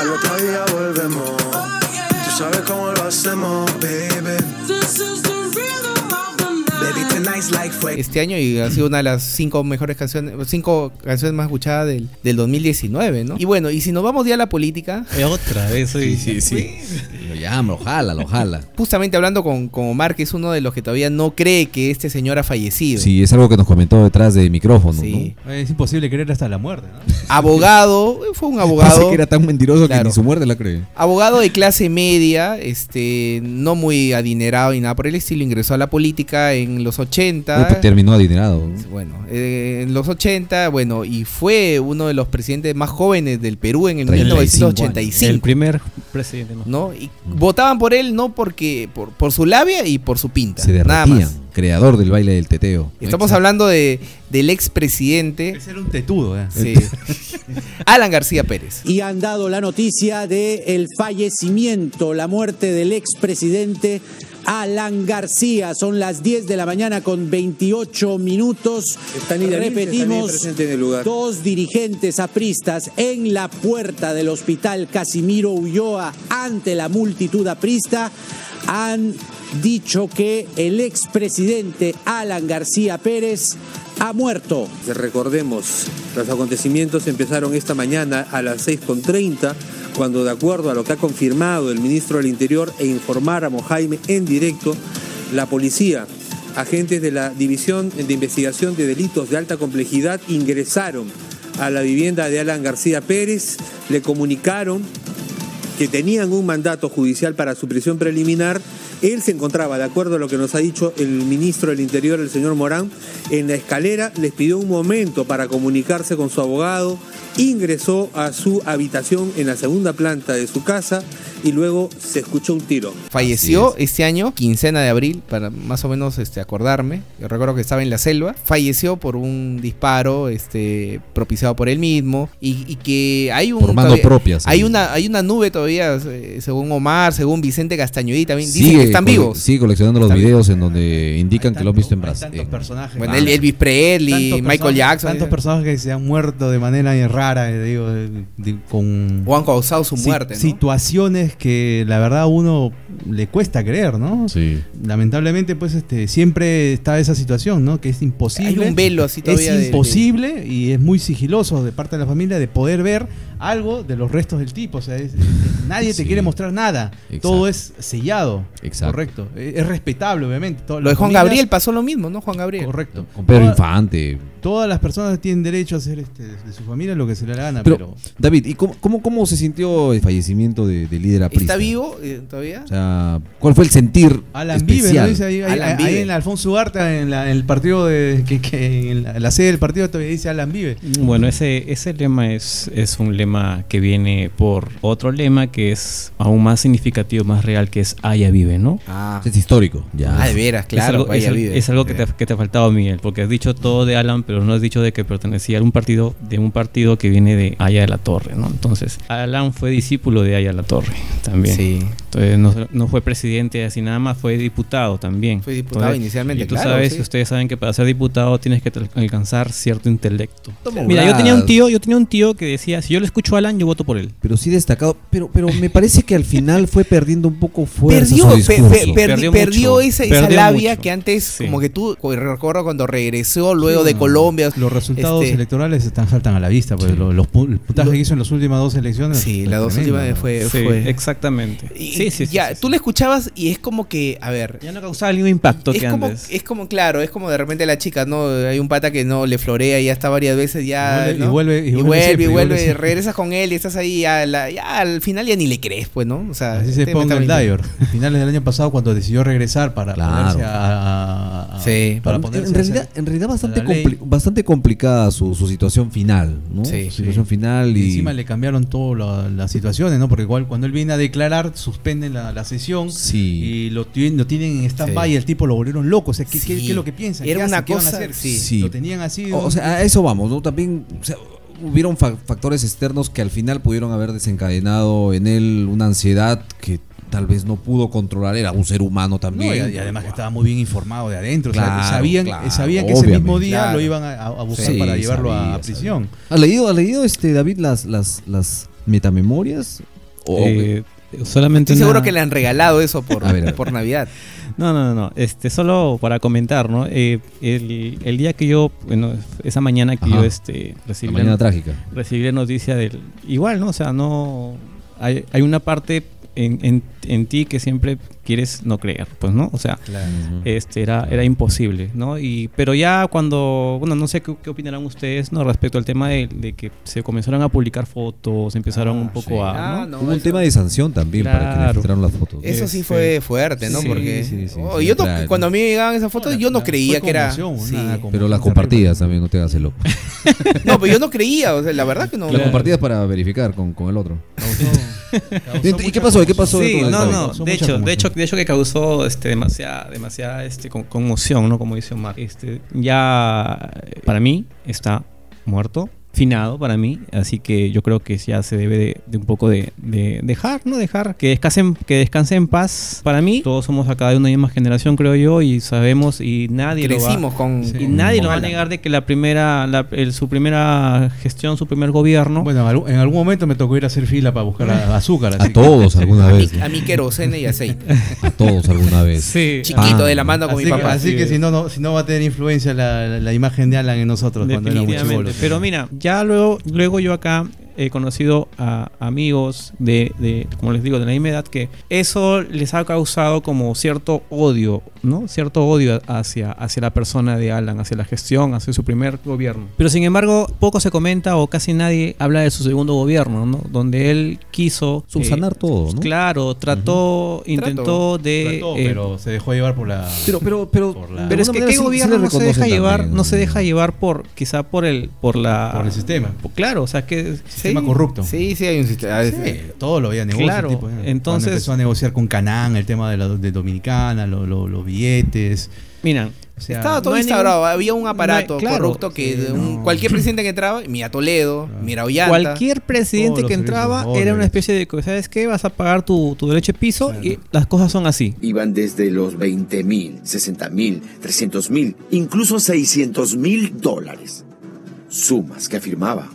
al otro día volvemos. Tú sabes cómo lo hacemos, baby. Baby, tonight's like fuego. Este año y ha sido una de las cinco mejores canciones, cinco canciones más escuchadas del, del 2019, ¿no? Y bueno, y si nos vamos ya a la política, Eh, Otra vez. Sí, oye. sí, sí. Lo llama, lo jala, lo jala. justamente hablando con, con Omar, que es uno de los que todavía no cree que este señor ha fallecido. Sí, es algo que nos comentó detrás de micrófono. Sí. ¿no? Es imposible creer hasta la muerte, ¿no? Abogado, fue un Parece abogado. que era tan mentiroso que Claro. ni su muerte la cree. Abogado de clase media, este, no muy adinerado y nada por el estilo, ingresó a la política en los 80. Uy, Pues, Terminó adinerado. ¿no? Ah. Bueno, eh, en los 80, bueno, y fue uno de los presidentes más jóvenes del Perú en el 35 El 1985. primer presidente. ¿no? ¿no? Y votaban por él no porque por, por su labia y por su pinta, Se nada derretía. más. Creador del baile del teteo. Estamos Exacto. hablando de del expresidente Ese era un tetudo, ¿eh? [LAUGHS] sí, Alan García Pérez. y han dado la noticia del el fallecimiento, la muerte del expresidente Alan García. Son las 10 de la mañana con 28 minutos. Repetimos, dos dirigentes apristas en la puerta del hospital Casimiro Ulloa ante la multitud aprista han dicho que el expresidente Alan García Pérez ha muerto. Recordemos, los acontecimientos empezaron esta mañana a las 6.30, cuando de acuerdo a lo que ha confirmado el ministro del Interior e informar a Mojaime en directo, la policía, agentes de la División de Investigación de Delitos de Alta Complejidad ingresaron a la vivienda de Alan García Pérez, le comunicaron que tenían un mandato judicial para su prisión preliminar, Él se encontraba, de acuerdo a lo que nos ha dicho el ministro del Interior, el señor Morán, en la escalera, les pidió un momento para comunicarse con su abogado, ingresó a su habitación en la segunda planta de su casa y luego se escuchó un tiro. Falleció este año, quincena de abril, para más o menos este, acordarme. Yo recuerdo que estaba en la selva. Falleció por un disparo este, propiciado por él mismo. Y, y que hay un. Por mano todavía- propia, sí. Hay una, hay una nube todavía, eh, según Omar, según Vicente Castañuí también. Dicen Sigue que están cole- vivos. Sigue coleccionando los videos en donde indican que lo han visto en Brasil. personajes. Bueno, el- Elvis Presley, Tantos Michael personajes- Jackson. Tantos personajes que se han muerto de manera eh, rara, eh, digo, eh, di- con. O han causado su si- muerte, ¿no? Situaciones que la verdad a uno le cuesta creer, ¿no? Lamentablemente, pues este siempre está esa situación, ¿no? Que es imposible. Hay un velo así todavía de- Es de- imposible y es muy sigiloso de parte de la familia de poder ver algo de los restos del tipo. O sea, es- es- nadie te Sí. quiere mostrar nada. Exacto. Todo es sellado. Exacto. Correcto. Es, es respetable, obviamente. Todas Lo de las Juan familias- Gabriel pasó lo mismo, ¿no? Juan Gabriel. Correcto. Con Pedro Toda- Infante. Todas las personas tienen derecho a hacer este, de su familia lo que se le da la gana, Pero, Ah, pero, David, ¿y cómo, cómo, cómo se sintió el fallecimiento de, del líder aprista? ¿Está vivo eh, todavía? O sea, ¿cuál fue el sentir Alan especial? Vive, ¿no? Dice ahí, ahí- Alan ahí Vive. en la Alfonso Ugarte, en, la- en el partido de, que, que en la, la sede del partido todavía dice Alan Vive. Bueno, ese, ese lema es, es un lema que viene por otro lema que es aún más significativo, más real, que es Aya vive, ¿no? Ah. Es histórico. Ya. Ah, de veras, es claro. algo, vaya es al- vida. es algo que, te, que te ha faltado, Miguel, porque has dicho todo de Alan, pero no has dicho de que pertenecía a un partido, de un partido que viene de Aya de la Torre, ¿no? Entonces, Alan fue discípulo de Aya de la Torre también. Sí. Entonces, no, no fue presidente así nada más, fue diputado también. Fue diputado Entonces, inicialmente, y tú claro, sabes, sí. ustedes saben que para ser diputado tienes que tra- alcanzar cierto intelecto. Toma Mira, yo unas. tenía un tío, yo tenía un tío que decía, si yo le escucho a Alan, yo voto por él. Pero sí destacado. Pero, pero me parece que al final fue perdiendo un poco fuerza Perdió, su pe- discurso. pe- perdi- perdió, Perdió mucho. esa, esa Perdió labia mucho. que antes, Sí. como que tú, co- recuerdo cuando regresó luego Mm. de Colombia. Los resultados este, electorales están saltan a la vista, pues lo- los, pu- el puntaje Lo- que hizo en las últimas dos elecciones. Sí, fue las dos tremendo, últimas ¿no? fue... Sí, fue- exactamente. y- sí, sí, sí, ya, sí, sí. tú le escuchabas y es como que, a ver, Ya no causaba el mismo impacto es que como, antes. es como, claro, es como de repente la chica, ¿no? Hay un pata que no le florea ya está varias veces, ya. Y vuelve- y ¿no? vuelve- y y vuelve vuelve, siempre, y y vuelve, vuelve siempre. regresas con él y estás ahí, ya, la- ya al final ya ni le crees, pues, ¿no? O sea, Así este se me ponga está el mintiendo. Dyer. A finales del año pasado, cuando decidió regresar para Claro. ponerse a. a- a- Sí. para En- ponerse en, a realidad, hacer- en realidad bastante, a la ley. compli- bastante complicada su, su situación final, ¿no? Sí, su situación final Y y... encima le cambiaron todas la- las situaciones, ¿no? Porque igual cuando él viene a declarar, suspenden la, la sesión. Sí. Y lo, ti- lo tienen en stand-by Sí. y el tipo lo volvieron loco. O sea, ¿qué, qué- Sí. qué es lo que piensan? Era ¿Qué hacen? una ¿Qué van a cosa- hacer? sí. Sí. Lo tenían así. O, o sea, a eso vamos, ¿no? También o sea, hubieron fa- factores externos que al final pudieron haber desencadenado en él una ansiedad que tal vez no pudo controlar. Era un ser humano No, también. y, y además que estaba muy bien informado de adentro. o sea, Claro, sabían claro, sabían que ese mismo obviamente. día Claro. lo iban a, a- a buscar Sí, para llevarlo sabía, a prisión. ¿Has leído, has leído este, David, las, las, las metamemorias? O- Eh, solamente Estoy una- seguro que le han regalado [LAUGHS] eso por, A ver, a ver. por Navidad. No, no, no, no. Este, solo para comentar, ¿no? Eh, el, el día que yo, bueno, esa mañana que Ajá. yo este, la recibí, la, mañana trágica. recibí la noticia del... Igual, ¿no? O sea, no... Hay, hay una parte en, en- en ti que siempre quieres no creer, pues, ¿no? O sea, este era, era imposible, ¿no? Y, pero ya cuando, bueno, no sé qué, qué opinarán ustedes, ¿no? Respecto al tema de, de que se comenzaron a publicar fotos, empezaron Ah, un poco sí. a... ¿no? Ah, no, Hubo un eso- tema de sanción también para que le Claro. filtraron las fotos. Eso sí Este, fue fuerte, ¿no? sí, Porque sí, sí, Oh, sí, yo no- claro. cuando a mí me llegaban esas fotos, yo no Fue creía que era. conmoción, sí. una conmoción Pero las terrible. compartidas también, no te hagas el loco. [LAUGHS] No, pero yo no creía, o sea, la verdad que no. Las Claro. compartidas para verificar con, con el otro. Causó- ¿Y causó qué mucha pasó? ¿Y qué conmoción. pasó? Sí, todo no, esto? no, Causó de hecho, de mucha hecho, conmoción. de hecho que causó este demasiada, demasiada este con- conmoción, ¿no? Como dice Omar. Este, ya eh, para mí está muerto, finado para mí, así que yo creo que ya se debe de, de un poco de, de dejar, ¿no? Dejar que descansen, que descanse en paz. Para mí, todos somos acá de una misma generación, creo yo, y sabemos y nadie lo va- Crecimos con. Sí. y nadie con lo va a Alan. negar de que la primera, la- el- su primera gestión, su primer gobierno, Bueno, en algún- en algún momento me tocó ir a hacer fila para [LAUGHS] buscar a- azúcar. así A que- [LAUGHS] todos alguna A mí, vez. a mí querosene y aceite. A todos alguna vez. Sí. Ah. Chiquito de la mano con Así mi que, papá. así que si no, no- si no va a tener influencia la, la- la imagen de Alan en nosotros cuando éramos Definitivamente. chibolos. Pero mira, ya Ah, luego, luego yo acá he conocido a amigos de, de, como les digo, de la misma edad que eso les ha causado como cierto odio, ¿no? Cierto odio hacia, hacia la persona de Alan, hacia la gestión, hacia su primer gobierno. Pero sin embargo, poco se comenta o casi nadie habla de su segundo gobierno, ¿no? Donde él quiso... [LAUGHS] eh, Subsanar Eh, todo, ¿no? Claro, trató, intentó de... Trató, eh, pero se dejó llevar por la. Pero, pero, pero, por la- pero es Ah. alguna que manera qué sí- sí gobierno le no se reconocen deja llevar, también, no se ¿no? deja llevar por quizá por el por la por el sistema. por- claro, o sea que Sistema corrupto. Sí, sí, hay un sistema. Sí, todo lo había negociado. Claro, tipo, ¿eh? entonces- Cuando empezó a negociar con Canán el tema de la de Dominicana, lo- lo- los billetes. miran, O sea, Estaba todo no hay instaurado, ningún- había un aparato no hay- claro, corrupto que de un- cualquier presidente que entraba, mira Toledo, mira Ollanta. cualquier Todos presidente los que servicios, entraba todos era una los especie de ¿sabes qué? Vas a pagar tu, tu derecho de piso y las cosas son así. Iban desde los 20 mil, 60 mil, 300 mil, incluso 600 mil dólares. Sumas que afirmaba.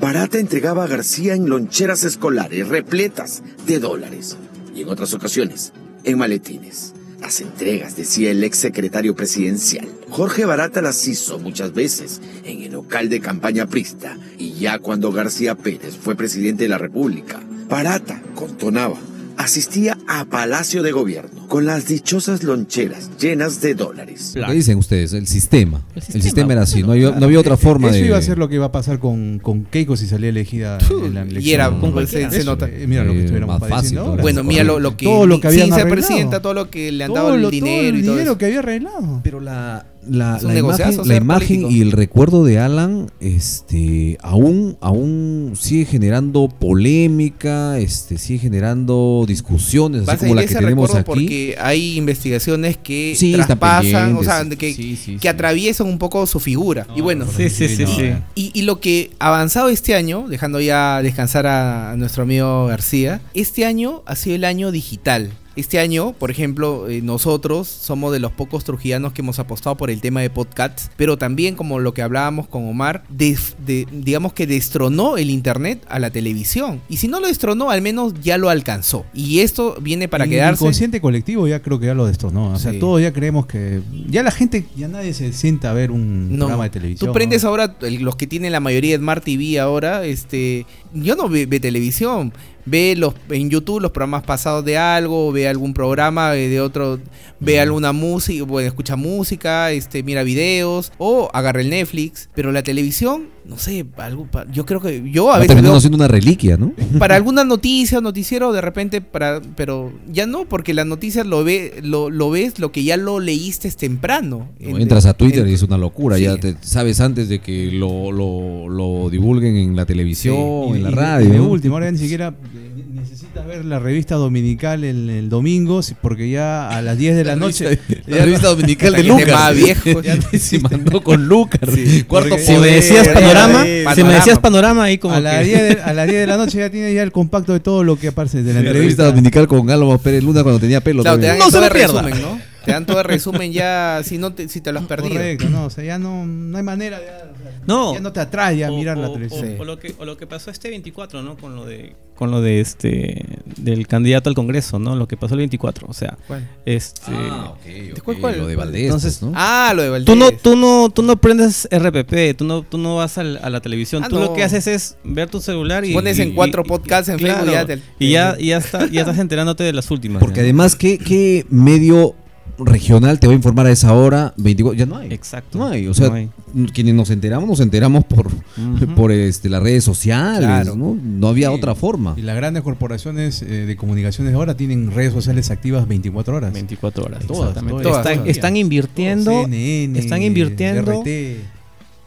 Barata entregaba a García en loncheras escolares repletas de dólares y en otras ocasiones en maletines. Las entregas, decía el ex secretario presidencial. Jorge Barata las hizo muchas veces en el local de campaña prista y ya cuando García Pérez fue presidente de la República. Barata, contonaba, asistía a Palacio de Gobierno con las dichosas loncheras llenas de dólares. ¿Qué dicen ustedes? El sistema. El sistema, sistema, era así, no, había, no había otra forma E-, Eso de. iba a ser lo que iba a pasar con, con Keiko si salía elegida en la elección. Y era, ¿no? pues, se- se Eso, nota. eh, Mira lo que Eh, estuviéramos más fácil, padeciendo ahora. todavía. Bueno, mira lo, lo que, Todo lo que habían sin ser arreglado. presidenta, todo lo que le han dado Todo el lo- dinero todo el y todo dinero eso. que había arreglado. Pero la, la, Es un la negociazo imagen, ser la imagen político. y el recuerdo de Alan este, aún, aún sigue generando polémica, este, sigue generando discusiones, Va a así como seguir la que ese tenemos recuerdo aquí. porque hay investigaciones que Sí, está traspasan, o pendiente, sea, sí, que, sí, sí, que sí. atraviesan un poco su figura. y bueno, Sí, sí, sí, sí. Y, y lo que ha avanzado este año, dejando ya descansar a, a nuestro amigo García, este año ha sido el año digital. Este año, por ejemplo, eh, nosotros somos de los pocos trujillanos que hemos apostado por el tema de podcasts, pero también como lo que hablábamos con Omar, des- de- digamos que destronó el internet a la televisión. Y si no lo destronó, al menos ya lo alcanzó. Y esto viene para El quedarse. inconsciente colectivo ya creo que ya lo destronó. O sea, Sí. todos ya creemos que. Ya la gente, ya nadie se sienta a ver un No. programa de televisión. Tú prendes ¿no? ahora el- los que tienen la mayoría de Smart TV ahora, este, yo no ve, ve televisión, ve los en YouTube los programas pasados de algo, ve algún programa eh, de otro, Mm. ve alguna música, bueno, escucha música, este, mira videos o agarra el Netflix, pero la televisión, no sé, algo, pa- yo creo que yo a Va veces terminando veo- siendo una reliquia, ¿no? [LAUGHS] para alguna noticia, noticiero, de repente, para, pero ya no, porque las noticias lo ve, lo, lo ves, lo que ya lo leíste es temprano. No, entras a Twitter En- y es una locura, Sí. ya te sabes antes de que lo, lo, lo divulguen en la televisión, Y- en la y- radio. y de último, ahora ya ni siquiera eh, necesitas ver la revista dominical el, el domingo, si- porque ya a las 10 de la, noche. La revista dominical de Hasta que te Lucas. va, viejo. [LAUGHS] Ya te- se mandó con Lucas. Cuarto porque- poder. Si me decías eh, panorama, eh, si me panorama. decías panorama ahí como a, la que- 10 de, a [LAUGHS] las 10 de la noche ya tienes ya el compacto de todo lo que aparece de la La revista entrevista. dominical con Álvaro Pérez Luna cuando tenía pelo. Claro, te también. dan todo de resumen, ¿no? Te dan todo de resumen ya si no te, si te lo has perdido. Correcto, no, o sea, ya no, no hay manera de. o sea, No. Ya no te atrae a o- mirar la o- televisión. o- o lo que o lo que pasó este 24, ¿no? Con lo de con lo de este del candidato al Congreso, ¿no? Lo que pasó el 24, o sea, ¿Cuál? este Ah, ok, ok, ¿Cuál, cuál? Lo de Valdés. pues, Entonces, ¿no? Ah, lo de Valdés. Tú no, tú no, tú no prendes RPP, tú no, tú no vas al- a la televisión. Ah, tú no. lo que haces es ver tu celular y Pones en y- cuatro y- podcasts en Facebook y ya te- y ya, [LAUGHS] y ya está- ya estás enterándote de las últimas. Porque ya. además, ¿qué, qué medio regional te va a informar a esa hora? 24, ya no hay. Exacto. No hay, o sea, No hay. quienes nos enteramos, nos enteramos por, por este, las redes sociales, Claro. ¿no? No había Sí. otra forma. Y las grandes corporaciones eh, de comunicaciones ahora tienen redes sociales activas 24 horas. 24 horas. Todas, exactamente. todas, están, todas. están invirtiendo CNN, están invirtiendo RT,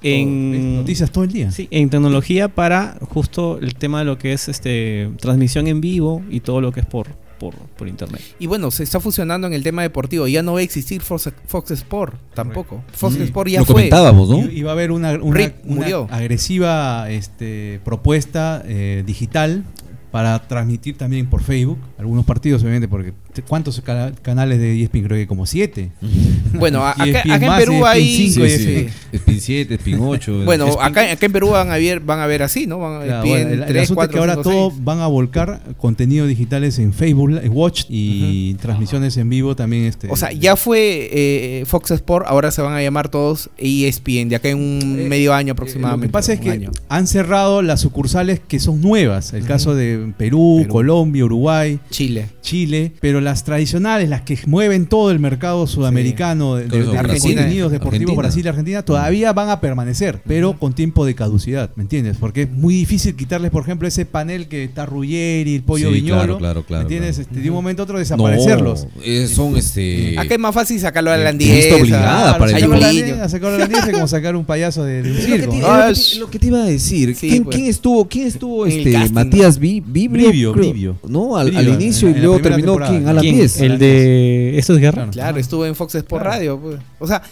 en todo, noticias todo el día. Sí, en tecnología para justo el tema de lo que es este transmisión en vivo y todo lo que es por por, por internet. Y bueno, se está fusionando en el tema deportivo. Ya no va a existir Fox, Fox Sport tampoco. Fox Sport ya Lo fue. comentábamos, ¿no? Y, y va Mm. a haber una, una- Rip una murió. agresiva este, propuesta eh, digital para transmitir también por Facebook algunos partidos, obviamente, porque ¿Cuántos cana- canales de E ESPN? Creo que como siete. [LAUGHS] E Bueno, a- acá- ESPN acá en más, Perú ESPN hay- cinco, E Sí, sí. ESPN. Spin 7, Spin 8. Bueno, ah, acá, acá en Perú van a ver, van a ver así, ¿no? Van a ver Claro, bueno, el, el asunto es que ahora todos van a volcar contenido digitales en Facebook, Li- Watch y transmisiones en vivo también. Este, O sea, ya fue eh, Fox Sport, ahora se van a llamar todos E ESPN, de acá en un medio año aproximadamente. Lo que pasa es un que año. han cerrado las sucursales que son nuevas. El caso de Perú, Colombia, Uruguay, Chile. Chile, pero las tradicionales, las que mueven todo el mercado sudamericano de, de- Eso, de Brasil. contenidos deportivos, Argentina. Brasil y Argentina, todavía van a permanecer, pero con tiempo de caducidad, ¿me entiendes? Porque es muy difícil quitarles, por ejemplo, ese panel que está Ruggeri, el pollo Sí, viñolo. claro, claro, claro, ¿Me entiendes? claro. Este, de un momento a otro desaparecerlos. No, eh, son este. Acá es más fácil sacarlo a la Lista obligada para el hay un deporte. niño. A sacar la es como sacar un payaso de, de un Es lo circo. que te- es lo ¿no? que te- lo que te iba a decir, Sí, ¿Quién, pues. quién estuvo? ¿Quién estuvo En el este casting, Matías Vi- Vibrio? Brivio, creo, Brivio. ¿No? Al, Brivio, al inicio en- y en la luego primera terminó temporada. quién? Alan ¿Quién? Díaz. El de ¿Esto es guerra? Claro, estuvo en Fox Sport Radio. pues. O sea,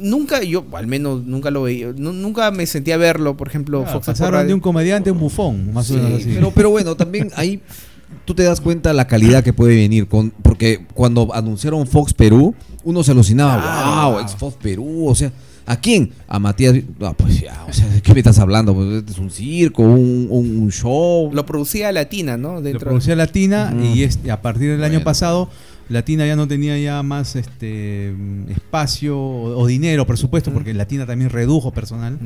nunca, yo al menos nunca lo veía, nu- nunca me sentía verlo, por ejemplo, Claro, Fox Sport pasaron Ah, de Radio. un comediante a un bufón, más o Sí, menos así. Pero, pero bueno, también ahí tú te das cuenta la calidad que puede venir. Con, porque cuando anunciaron Fox Perú, uno se alucinaba, wow, ex Fox Perú, o sea. ¿A quién? A Matías. Vi- Ah, pues ya, o sea, ¿de qué me estás hablando? Pues, este es un circo, un, un- un show. Lo producía Latina, ¿no? Lo Dentro producía Latina Ujú. y este, a partir del año Mm. Bueno. pasado Latina ya no tenía ya más este mm, espacio o, o dinero, por supuesto, Mm. porque Latina también redujo personal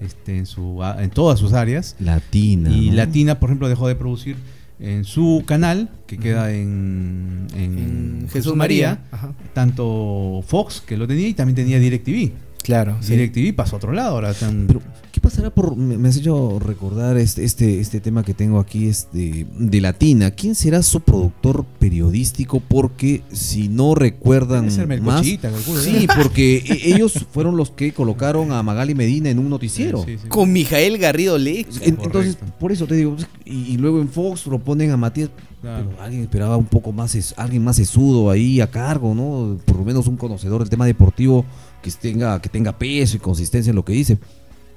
este, en, su, a- en todas sus áreas. Latina. Y ¿no? Latina, por ejemplo, dejó de producir en su canal, que queda en, en Jesús María. Ajá. tanto Fox, que lo tenía, y también tenía DirecTV. Claro. sí. DirecTV pasó a otro lado ahora. están- ¿Qué pasará por.? Me, me has hecho recordar este, este, este tema que tengo aquí este, de Latina. ¿Quién será su productor periodístico? Porque si no recuerdan. Debe ser más, Melcochita, calculo, ¿eh? Sí, ¿no? porque e- ellos fueron los que colocaron a Magali Medina en un noticiero. Sí, sí. Con Mijael Garrido Lex. En- entonces, por eso te digo. pues, Y, y luego en Fox lo ponen a Matías. Claro. Pero alguien esperaba un poco más. es- Alguien más sesudo ahí a cargo, ¿no? Por lo menos un conocedor del tema deportivo que tenga, que tenga peso y consistencia en lo que dice.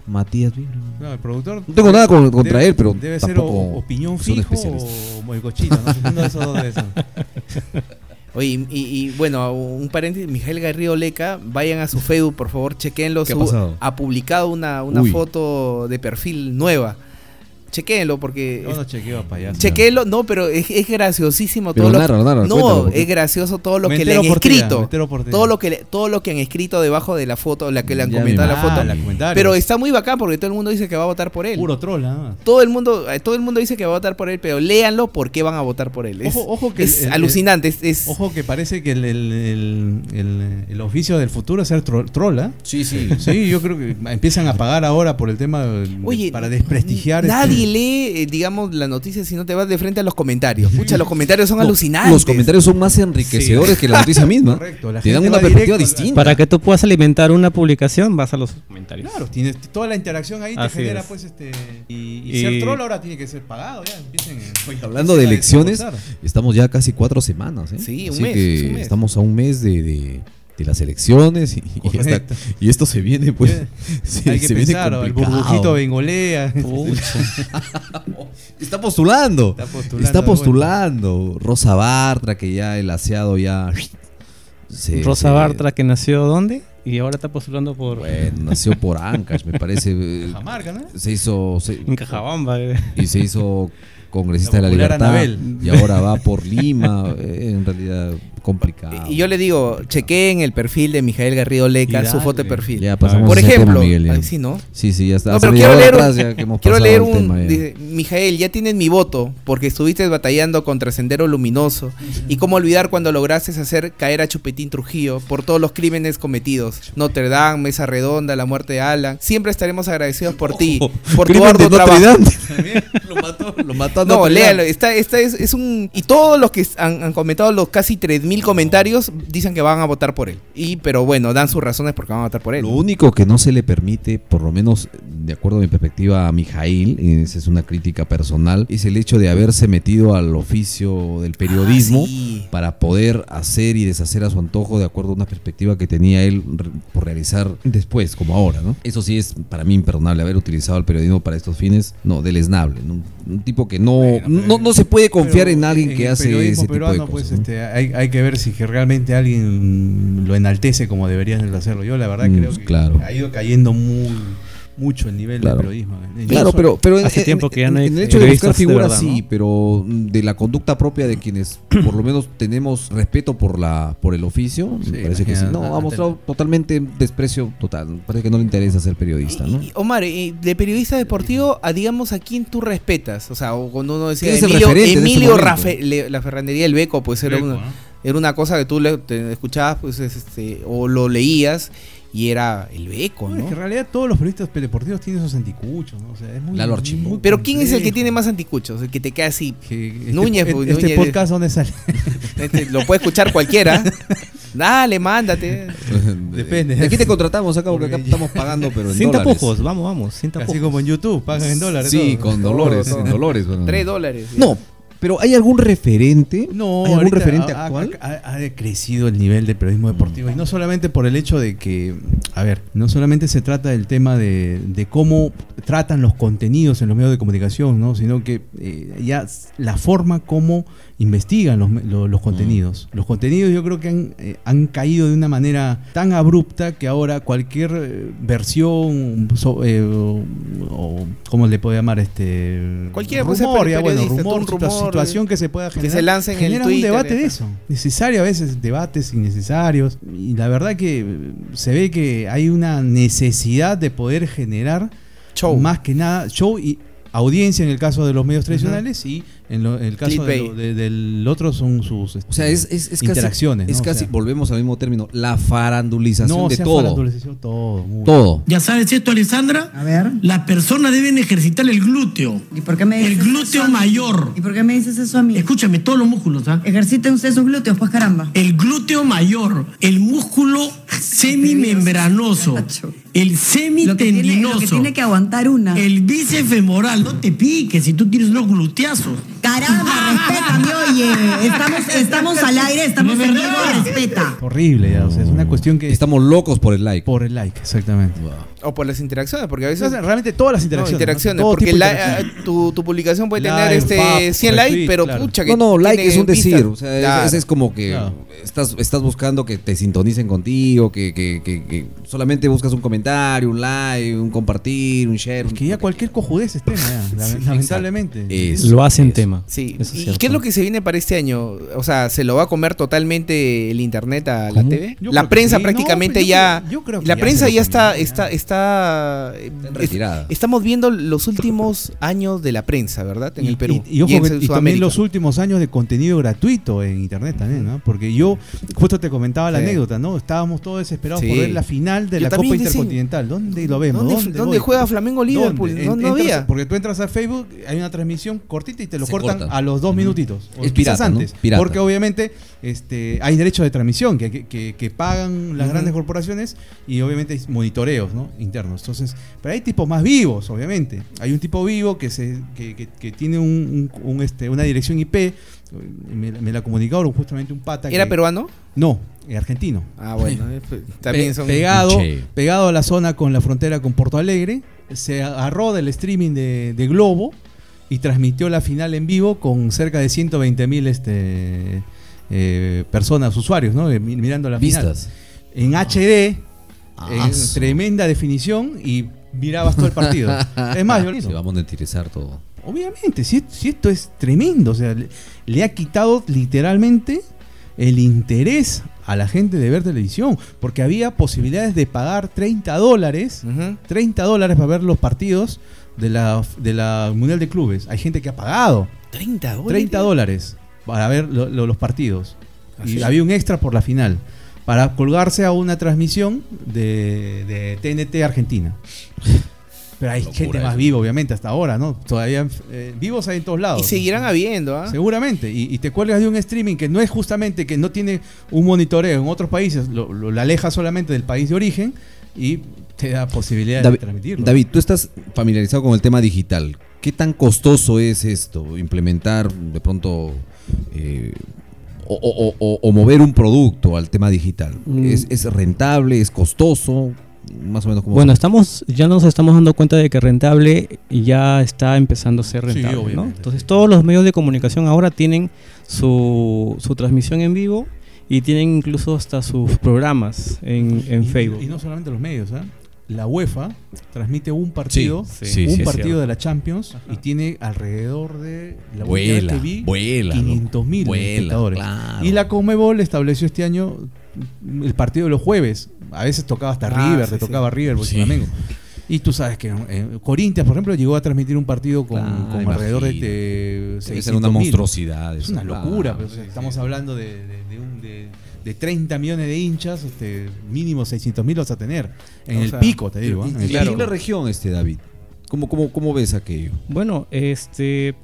Matías Vibra. No, el productor- No tengo nada con- contra Debe- él, pero Debe ser tampoco o- opinión soy un fijo especialista. o Melcochita, no sé, uno de esos dos debe ser. [LAUGHS] [LAUGHS] Oye, y, y- y, bueno, un paréntesis, Mijael Garrido Leca, vayan a su Facebook, por favor, chequenlo. ¿Qué ha Su- pasado? ha publicado una, una Uy. foto de perfil nueva. Chequenlo porque... No, no chequeo, payaso. Chequenlo, no, pero es, es graciosísimo Pero todo lo narra, que- narra, No, cuéntalo, porque- es gracioso todo lo Me que le han entero por ti, me escrito. entero por ti. todo lo que le- todo lo que han escrito debajo de la foto, la que le han Ya me comentado la imagino. foto. Ah, la comentario. pero está muy bacán porque todo el mundo dice que va a votar por él. Puro troll, nada más. Todo el mundo, eh, todo el mundo dice que va a votar por él, pero léanlo por qué van a votar por él. Es, Ojo, ojo que es el- el- alucinante, es, es- Ojo que parece que el, el- el- el- el oficio del futuro es ser tro- troll, ¿ah? Sí, sí. Sí, yo creo que empiezan a pagar ahora por el tema del- Oye, para desprestigiar. este- Nadie lee, eh, digamos, la noticia si no te vas de frente a los comentarios. Pucha, los comentarios son No, alucinantes. Los comentarios son más enriquecedores que la noticia misma. Correcto, la Te dan gente una va perspectiva directo al- distinta. Para que tú puedas alimentar una publicación, vas a los comentarios. Claro, tienes toda la interacción ahí te Así genera es. pues este y, y Y- Eh, ser troll ahora tiene que ser pagado ya, empiecen Hablando de elecciones, Claro, estamos ya casi cuatro semanas. ¿eh? Sí, un Así mes, que es un mes. estamos a un mes de, de- de las elecciones y, y esta- Correcto. y esto se viene, pues. [LAUGHS] se, hay que se viene pensar, el complicado. burbujito bengolea. [LAUGHS] Está postulando. Está Está postulando, postulando. Rosa Bartra, que ya el aseado ya. se- Rosa se- Bartra, que nació dónde y ahora está postulando por Bueno, eh, nació por Ancash, me [LAUGHS] parece. eh, Jamarca, ¿no? Se hizo. se- en Cajabamba. eh. y se hizo congresista La de la popular libertad. Anabel. Y ahora va por Lima. eh, en realidad, complicado. Y yo le digo, chequeen el perfil de Mijael Garrido Y Leca, su dale. foto de perfil. Ya pasamos Por ese tema, ejemplo, Miguel, ya. ay, sí, ¿no? Sí, sí, ya está. No, Hace pero media quiero hora leer atrás un, ya que hemos quiero pasado leer el un tema, ya. dice, Mijael, ya tienes mi voto porque estuviste batallando contra Sendero Luminoso y cómo olvidar cuando lograste hacer caer a Chupetín Trujillo por todos los crímenes cometidos. Notre Dame, Mesa Redonda, la muerte de Alan. Siempre estaremos agradecidos por [LAUGHS] ti, Ojo, por tu crimen de arduo Notre trabajo. Dame. lo mató, lo mató a No, Notre Dame. léalo, está, está es, es un y todos los que han, han comentado los casi 3000 comentarios dicen que van a votar por él. Y pero bueno, dan sus razones porque van a votar por él. Lo único que no se le permite, por lo menos de acuerdo a mi perspectiva, a Mijail, y esa es una crítica personal, es el hecho de haberse metido al oficio del periodismo Ah, para poder hacer y deshacer a su antojo de acuerdo a una perspectiva que tenía él re- por realizar después, como ahora, ¿no? Eso sí es para mí imperdonable, haber utilizado el periodismo para estos fines, no, deleznable, ¿no? un tipo que no, no, no se puede confiar Pero en alguien que el hace periodismo ese tipo de peruano, cosas. pues, este, hay, hay que ver si que realmente alguien lo enaltece como deberían hacerlo. Yo la verdad Mm, creo que claro. ha ido cayendo muy mucho el nivel Claro. del periodismo. Claro, Incluso- pero, pero en, en- en- en el hecho de buscar figuras sí, pero mm, de la conducta propia de quienes por lo menos tenemos respeto por la por el oficio, me parece que sí. imagínate, No, ha ante mostrado totalmente desprecio total. Parece que no le interesa ser periodista, ¿no? Omar, eh, de periodista deportivo, a, digamos, ¿a quién tú respetas? O sea, o cuando uno decía ¿Quién es el Emilio, referente en este Emilio momento? Rafe- Le- la ferrandería del Beco, pues era, Beco, una, era una cosa que tú le, te escuchabas pues, es, este, o lo leías y era el Beco, No, ¿no? es que en realidad todos los periodistas deportivos tienen esos anticuchos, ¿no? O sea, es muy, Lalo muy Pero ¿quién es el que complejo. tiene más anticuchos? El que te queda así. Este- Núñez, este, pues, este Núñez. podcast dónde sale? Este, lo puede escuchar cualquiera. Dale, mándate. Depende. [LAUGHS] De aquí te contratamos acá porque acá estamos pagando, pero en Sin dólares. tapujos, vamos, vamos, sin tapujos. Así como en YouTube, pagan en dólares. Sí, todo. con dolores, Todo, todo. en dolores. bueno. Tres dólares. No, pero ¿hay algún referente? No, ¿Hay algún ahorita referente ha- ha- actual? Ha, ha crecido el nivel de periodismo deportivo. Y no solamente por el hecho de que, a ver, no solamente se trata del tema de, de cómo tratan los contenidos en los medios de comunicación, ¿no? sino que eh, ya s- la forma como investigan los, me- lo- los contenidos. Los contenidos yo creo que han, eh, han caído de una manera tan abrupta que ahora cualquier eh, versión so- eh, o, o- ¿cómo le puedo llamar? este Cualquier pues, rumor, ya, bueno, periodista, tú rumor, un situa- rumor, situación que se pueda que se generar, lance en el genera un Twitter, eh. debate de ajá. eso. Necesario a veces, debates innecesarios. Y la verdad que eh, se ve que hay una necesidad de poder generar Show. más que nada show y audiencia en el caso de los medios tradicionales y en, lo- en el caso de Clickbait. lo- de- del otro son sus este, O sea, es, es, es casi, interacciones. es ¿no? O casi, sea, volvemos al mismo término, la farandulización no, de se ha todo. farandulizado todo. muy- Todo. Ya sabes esto, Alessandra. A ver. Las personas deben ejercitar el glúteo. ¿Y por qué me El glúteo mayor. ¿Y por qué me dices eso a mí? Escúchame, todos los músculos, ¿ah? Ejerciten ustedes sus glúteos, pues caramba. El glúteo mayor, [LAUGHS] el músculo semimembranoso, el semitendinoso. lo que tiene que aguantar una. El bíceps femoral, no te piques si tú tienes unos gluteazos. Caramba, respétame, oye. Estamos, estamos al aire, estamos [LAUGHS] en vivo, respeta. Horrible, ya, o sea, es una cuestión que... Estamos locos por el like. Por el like, exactamente. O por las interacciones, porque a veces. Entonces, realmente todas las interacciones. No, interacciones, ¿no? Todo porque tipo de la- interacción. ah, tu, tu publicación puede Like, tener este pap, 100 likes, retweet, pero claro. pucha que No, no, like tiene es un vistas. decir. O sea, es- Claro. es, es como que Claro. estás, estás buscando que te sintonicen contigo, que, que- que- que solamente buscas un comentario, un like, un compartir, un share. Que ya cualquier cojudez es tema, ya, la- lamentablemente. Eso, Lo hacen tema. Sí. Eso ¿Y cierto. qué es lo que se viene para este año? O sea, ¿se lo va a comer totalmente el internet a la ¿Cómo? TV? Yo creo la que prensa sí. prácticamente No, pues yo ya. creo- yo creo que la ya prensa se lo ya está, comió, está, está. eh, es- retirada. estamos viendo los últimos años de la prensa, ¿verdad? En Y- el Perú. Y, y ojo, en que- y también Sudamérica. los últimos años de contenido gratuito en internet también, ¿no? Porque yo, justo te comentaba la Sí. anécdota, ¿no? Estábamos todos desesperados por Sí. ver la final de Yo la Copa también decía, Intercontinental. ¿Dónde lo vemos? ¿Dónde, ¿Dónde, dónde voy? juega Flamengo Liverpool? ¿Dónde? No, En- no entras- había. Porque tú entras a Facebook, hay una transmisión cortita y te lo Se cortan corta. a los dos Ujú. minutitos. o Es quizás pirata, ¿no? antes. Pirata. Porque obviamente este, hay derechos de transmisión que, que- que- que pagan las Ujú. grandes corporaciones y obviamente hay monitoreos ¿no? internos. Entonces, pero hay tipos más vivos, obviamente. Hay un tipo vivo que, se, que, que- que tiene un, un- un, este, una dirección IP. Me, la- me la comunicaron justamente un pata. ¿Era que- peruano? No, eh, argentino. Ah, bueno. eh, pues, También Pe- son. pegado, Che. pegado a la zona con la frontera con Porto Alegre, se agarró del streaming de, de Globo y transmitió la final en vivo con cerca de 120 mil este, eh, personas, usuarios, ¿no? Eh, mi- mirando la Vistas. final. En HD, Ah, en su- tremenda definición y mirabas todo el [LAUGHS] partido. es más, yo lo Se va a monetizar todo. Obviamente, si, si esto es tremendo, o sea, le, le ha quitado literalmente el interés a la gente de ver televisión, porque había posibilidades de pagar 30 dólares, Ujú. 30 dólares para ver los partidos de la, de la Mundial de Clubes. Hay gente que ha pagado 30 dólares. 30 dólares para ver lo- lo- los partidos. Así. Y había un extra por la final, para colgarse a una transmisión de, de TNT Argentina. Pero hay Locura gente más eso. viva, obviamente, hasta ahora, ¿no? Todavía eh, vivos hay en todos lados. Y seguirán habiendo, ¿ah? Seguramente. Y, y te cuelgas de un streaming que no es justamente que no tiene un monitoreo en otros países, lo, lo- lo aleja solamente del país de origen. y te da posibilidad David, de transmitirlo. David, tú estás familiarizado con el tema digital. ¿Qué tan costoso es esto? Implementar de pronto eh, o, o- o- o mover un producto al tema digital. Mm. ¿Es, es rentable? ¿Es costoso? Más o menos como... Bueno, estamos, ya nos estamos dando cuenta de que rentable ya está empezando a ser Sí, rentable. ¿no? obviamente. Entonces todos los medios de comunicación ahora tienen su, su transmisión en vivo y tienen incluso hasta sus programas en, en Facebook. Y no solamente los medios, ¿ah? La UEFA transmite un partido, Sí, sí, un sí, es partido cierto. de la Champions y tiene alrededor de la Vuela, última TV vuela, 500 mil loco. Vuela, espectadores. claro. Y la Comebol estableció este año el partido de los jueves. A veces tocaba hasta Ah, River, sí, te sí. tocaba River, por Sí. Flamengo. Y tú sabes que eh, Corinthians, por ejemplo, llegó a transmitir un partido con, Claro, con alrededor de, este, imagino. de Debe ser 600.000. una monstruosidad Es eso, una claro, locura. pero, o sea, estamos hablando de, de- de un- de- de 30 millones de hinchas, este, mínimo 600 mil vas a tener. En O el sea, pico, te digo. ¿ah? y- En el y en pico. la región este, David? ¿Cómo, cómo, cómo ves aquello? Bueno, este.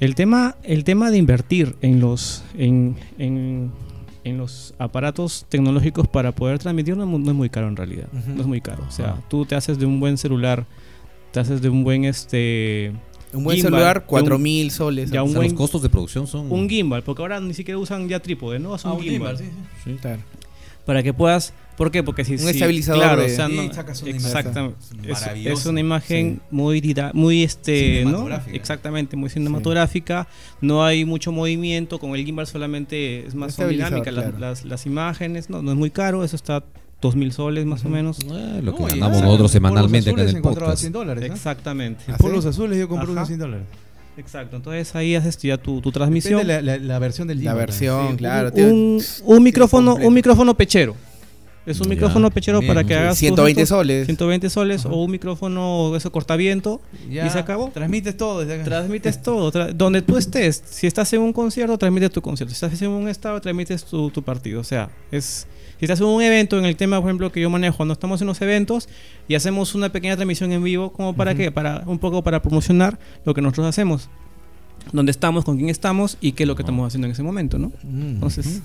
El tema, el tema de invertir en los, en, en- en los aparatos tecnológicos para poder transmitir no, es mu- no es muy caro en realidad. Ujú. No es muy caro. O sea, Ah. Ajá. tú te haces de un buen celular, te haces de un buen este. Un buen gimbal, celular, de un- 4.000 soles. Ya O un sea, buen- los costos de producción son- Un gimbal, porque ahora ni siquiera usan ya trípode, ¿no? Es un, Ah, un gimbal. gimbal, sí, Sí. Para que puedas. ¿Por qué? Porque si. Un si- estabilizador Claro, de- o sea, no- y sacas una imagen. exactamente. Es, Maravillosa. es una imagen muy, dida- muy este, ¿no? Cinematográfica. Exactamente, muy cinematográfica. No hay mucho movimiento. Con el gimbal solamente es más Estabilizador, dinámica. Las, claro. las- las imágenes, no, no es muy caro. Eso está 2.000 soles más o menos. Eh, lo que No, y ganamos nada, nosotros en Polos semanalmente acá en Azules el encontraba podcast. 100 dólares, ¿ah? Exactamente. En Polos Azules yo compré unos Ajá. 100 dólares. Exacto, entonces ahí haces ya tu, tu transmisión. Depende la, la, la versión del gimbal. Sí, Un- Un, un micrófono, un micrófono pechero. Es un Ya, micrófono pechero bien. para que hagas. tus 120 estos- soles. 120 soles o un micrófono, eso cortaviento. Ya, Y se acabó. Transmites todo desde acá. [LAUGHS] Transmites todo. tra- donde tú estés, si estás en un concierto, transmites tu concierto. Si estás en un estado, transmites tu, tu partido. O sea, es. Si estás en un evento, en el tema, por ejemplo, que yo manejo, no estamos en los eventos y hacemos una pequeña transmisión en vivo, como para qué? Para un poco para promocionar lo que nosotros hacemos. Dónde estamos, con quién estamos y qué es lo que estamos haciendo en ese momento, ¿no? Mm, Entonces,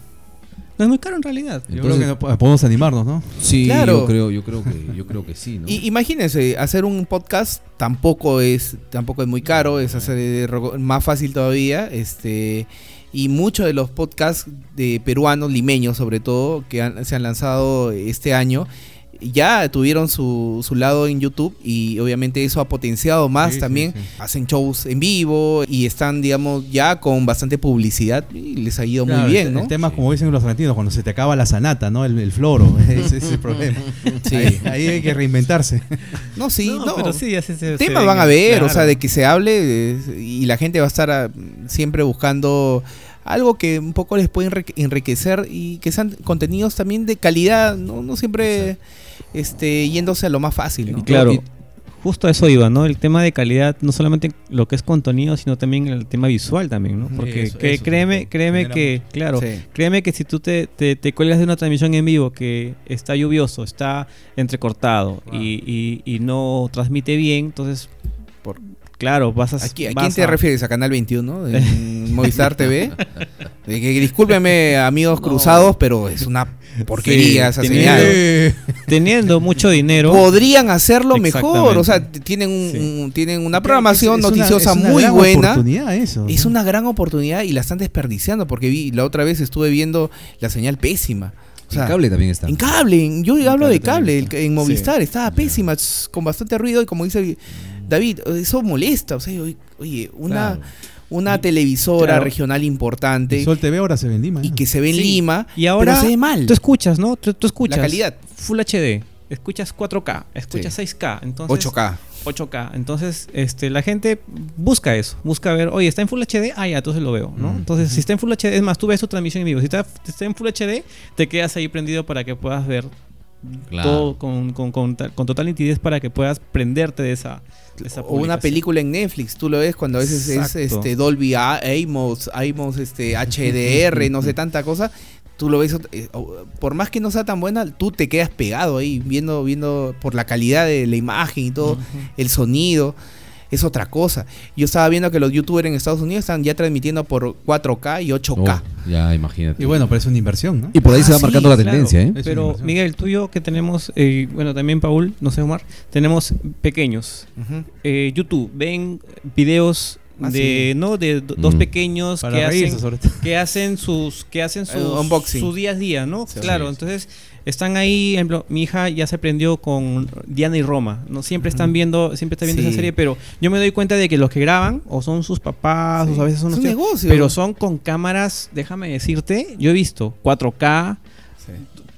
no es muy caro en realidad. Yo creo que no po- podemos animarnos, ¿no? Sí, Claro. yo, creo, yo, creo que, yo creo que sí, ¿no? Y imagínense, hacer un podcast tampoco es tampoco es muy caro, es hacer eh, ro- más fácil todavía, este y muchos de los podcasts de peruanos, limeños sobre todo, que han- se han lanzado este año ya tuvieron su, su lado en YouTube y obviamente eso ha potenciado más Sí, sí, también. Hacen shows en vivo y están, digamos, ya con bastante publicidad y les ha ido Claro, muy bien, el- ¿no? El tema, como dicen los argentinos, cuando se te acaba la sanata, ¿no? El, el floro, [LAUGHS] [LAUGHS] ese es el problema. Sí. Ahí, ahí hay que reinventarse. No, sí, no. No, pero sí, ya se- se- se Temas ven, van a ver, o claro. sea, de que se hable eh, y la gente va a estar ah, siempre buscando algo que un poco les puede enrique- enriquecer y que sean contenidos también de calidad, no, no siempre este, yéndose a lo más fácil, ¿no? Claro. Justo a eso iba, ¿no? El tema de calidad, no solamente lo que es contenido, sino también el tema visual también, ¿no? Porque eso, que eso sobre créeme, todo, créeme genera que, mucho. claro, Sí. créeme que si tú te, te, te cuelgas de una transmisión en vivo que está lluvioso, está entrecortado y, y- y no transmite bien, entonces, por, claro, vas a... ¿A, qui- a vas quién te a- refieres? ¿A Canal 21? ¿En [LAUGHS] [LAUGHS] Movistar TV? De que, discúlpeme, amigos cruzados, pero es una porquería Sí, esa teniendo- señal. [LAUGHS] Teniendo mucho dinero. Podrían hacerlo mejor, Exactamente. o sea, t- tienen, un- un- tienen una Es- programación es una- noticiosa es una muy gran buena. oportunidad eso, Es ¿no? una gran oportunidad y la están desperdiciando porque vi la otra vez estuve viendo la señal pésima. O sea, En cable también está. En cable, en- yo hablo de cable, el- en Sí. Movistar estaba pésima, s- con bastante ruido y como dice David, eso molesta, o sea, oye, oye, una Claro. una televisora claro. regional importante Sol TV ahora se ve en Lima. y que se ve en Sí. Lima, Y ahora pero se ve mal. Tú escuchas, ¿no? Tú, tú escuchas. La calidad. Full HD. Escuchas 4K, escuchas Sí. 6K, entonces 8K. 8K. Entonces, este la gente busca eso, busca ver, oye, está en Full HD, ah, ya, entonces lo veo, Mm. ¿no? Entonces, si está en Full HD, es más, tú ves tu transmisión en vivo. Si está, está en Full HD, [LAUGHS] te quedas ahí prendido para que puedas ver Claro. todo con, con- con tal- con total nitidez para que puedas prenderte de esa, de esa O una publicación. película en Netflix, tú lo ves cuando a veces Exacto. es este Dolby A- Atmos, Atmos [LAUGHS] este HDR, no sé tanta cosa, tú lo ves eh, o- por más que no sea tan buena, tú te quedas pegado ahí viendo viendo por la calidad de la imagen y todo, el sonido es otra cosa. Yo estaba viendo que los youtubers en Estados Unidos están ya transmitiendo por 4K y 8K. Oh. Ya, imagínate. Y bueno, pero es una inversión, ¿no? Y por ahí se va Ah, marcando la tendencia, ¿eh? Pero Miguel, tú y yo que tenemos, eh, bueno, también Paul, no sé Omar, tenemos pequeños. Ujú. Eh, YouTube, ven videos Ah, de sí. no de do- dos Mm. pequeños Para que reírse, hacen sobre que hacen sus que [LAUGHS] hacen Eh, sus unboxing. su día a día, ¿no? Sí, claro, sí. entonces están ahí, por ejemplo, mi hija ya se aprendió con Diana y Roma, no siempre están viendo, siempre está viendo Sí. esa serie, pero yo me doy cuenta de que los que graban o son sus papás, o a veces son Es los tíos, un negocio. pero son con cámaras, déjame decirte, yo he visto 4K,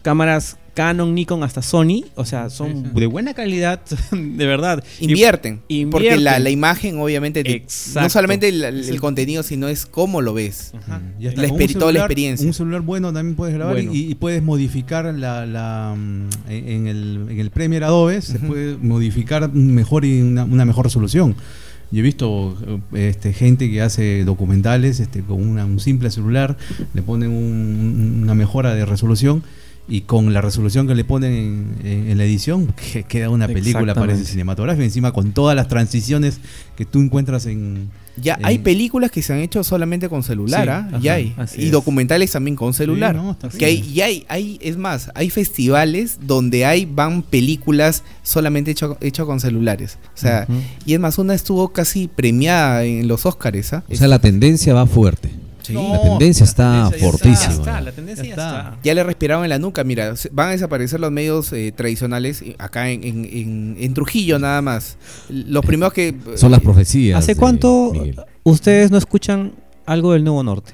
cámaras Canon, Nikon, hasta Sony, o sea, son de buena calidad, [LAUGHS] de verdad. Y- Invierten, Porque la, invierten. la imagen, obviamente, te- Exacto. no solamente el, el Es el- contenido, sino es cómo lo ves. Y hasta La con un esperi- toda la celular- experiencia. Un celular bueno también puedes grabar Bueno. y, y puedes modificar la, la, mm, en, en el, en el Premiere Adobe se puede modificar mejor y una, una mejor resolución. Yo he visto eh, este, gente que hace documentales este, con una- un simple celular, le ponen un- una mejora de resolución y con la resolución que le ponen en, en- en la edición que queda una película parece Exactamente. cinematográfica encima con todas las transiciones que tú encuentras en Ya en- hay películas que se han hecho solamente con celular, Sí, ¿ah? ajá, ya hay. así Y es. documentales también con celular. no, está que hay, y hay, hay, es más, hay festivales donde hay van películas solamente hecho, hecho con celulares. O sea, Ujú. y es más, una estuvo casi premiada en los Oscars, ¿ah? O sea, la tendencia va fuerte. No, la tendencia está fortísima. Ah, la tendencia ya está. Ya le respiraron en la nuca, mira, se- van a desaparecer los medios eh, tradicionales eh, acá en, en- en- en Trujillo nada más. Los primeros [LAUGHS] que... eh, Son las profecías. ¿Hace de cuánto Miguel. ustedes no escuchan algo del Nuevo Norte?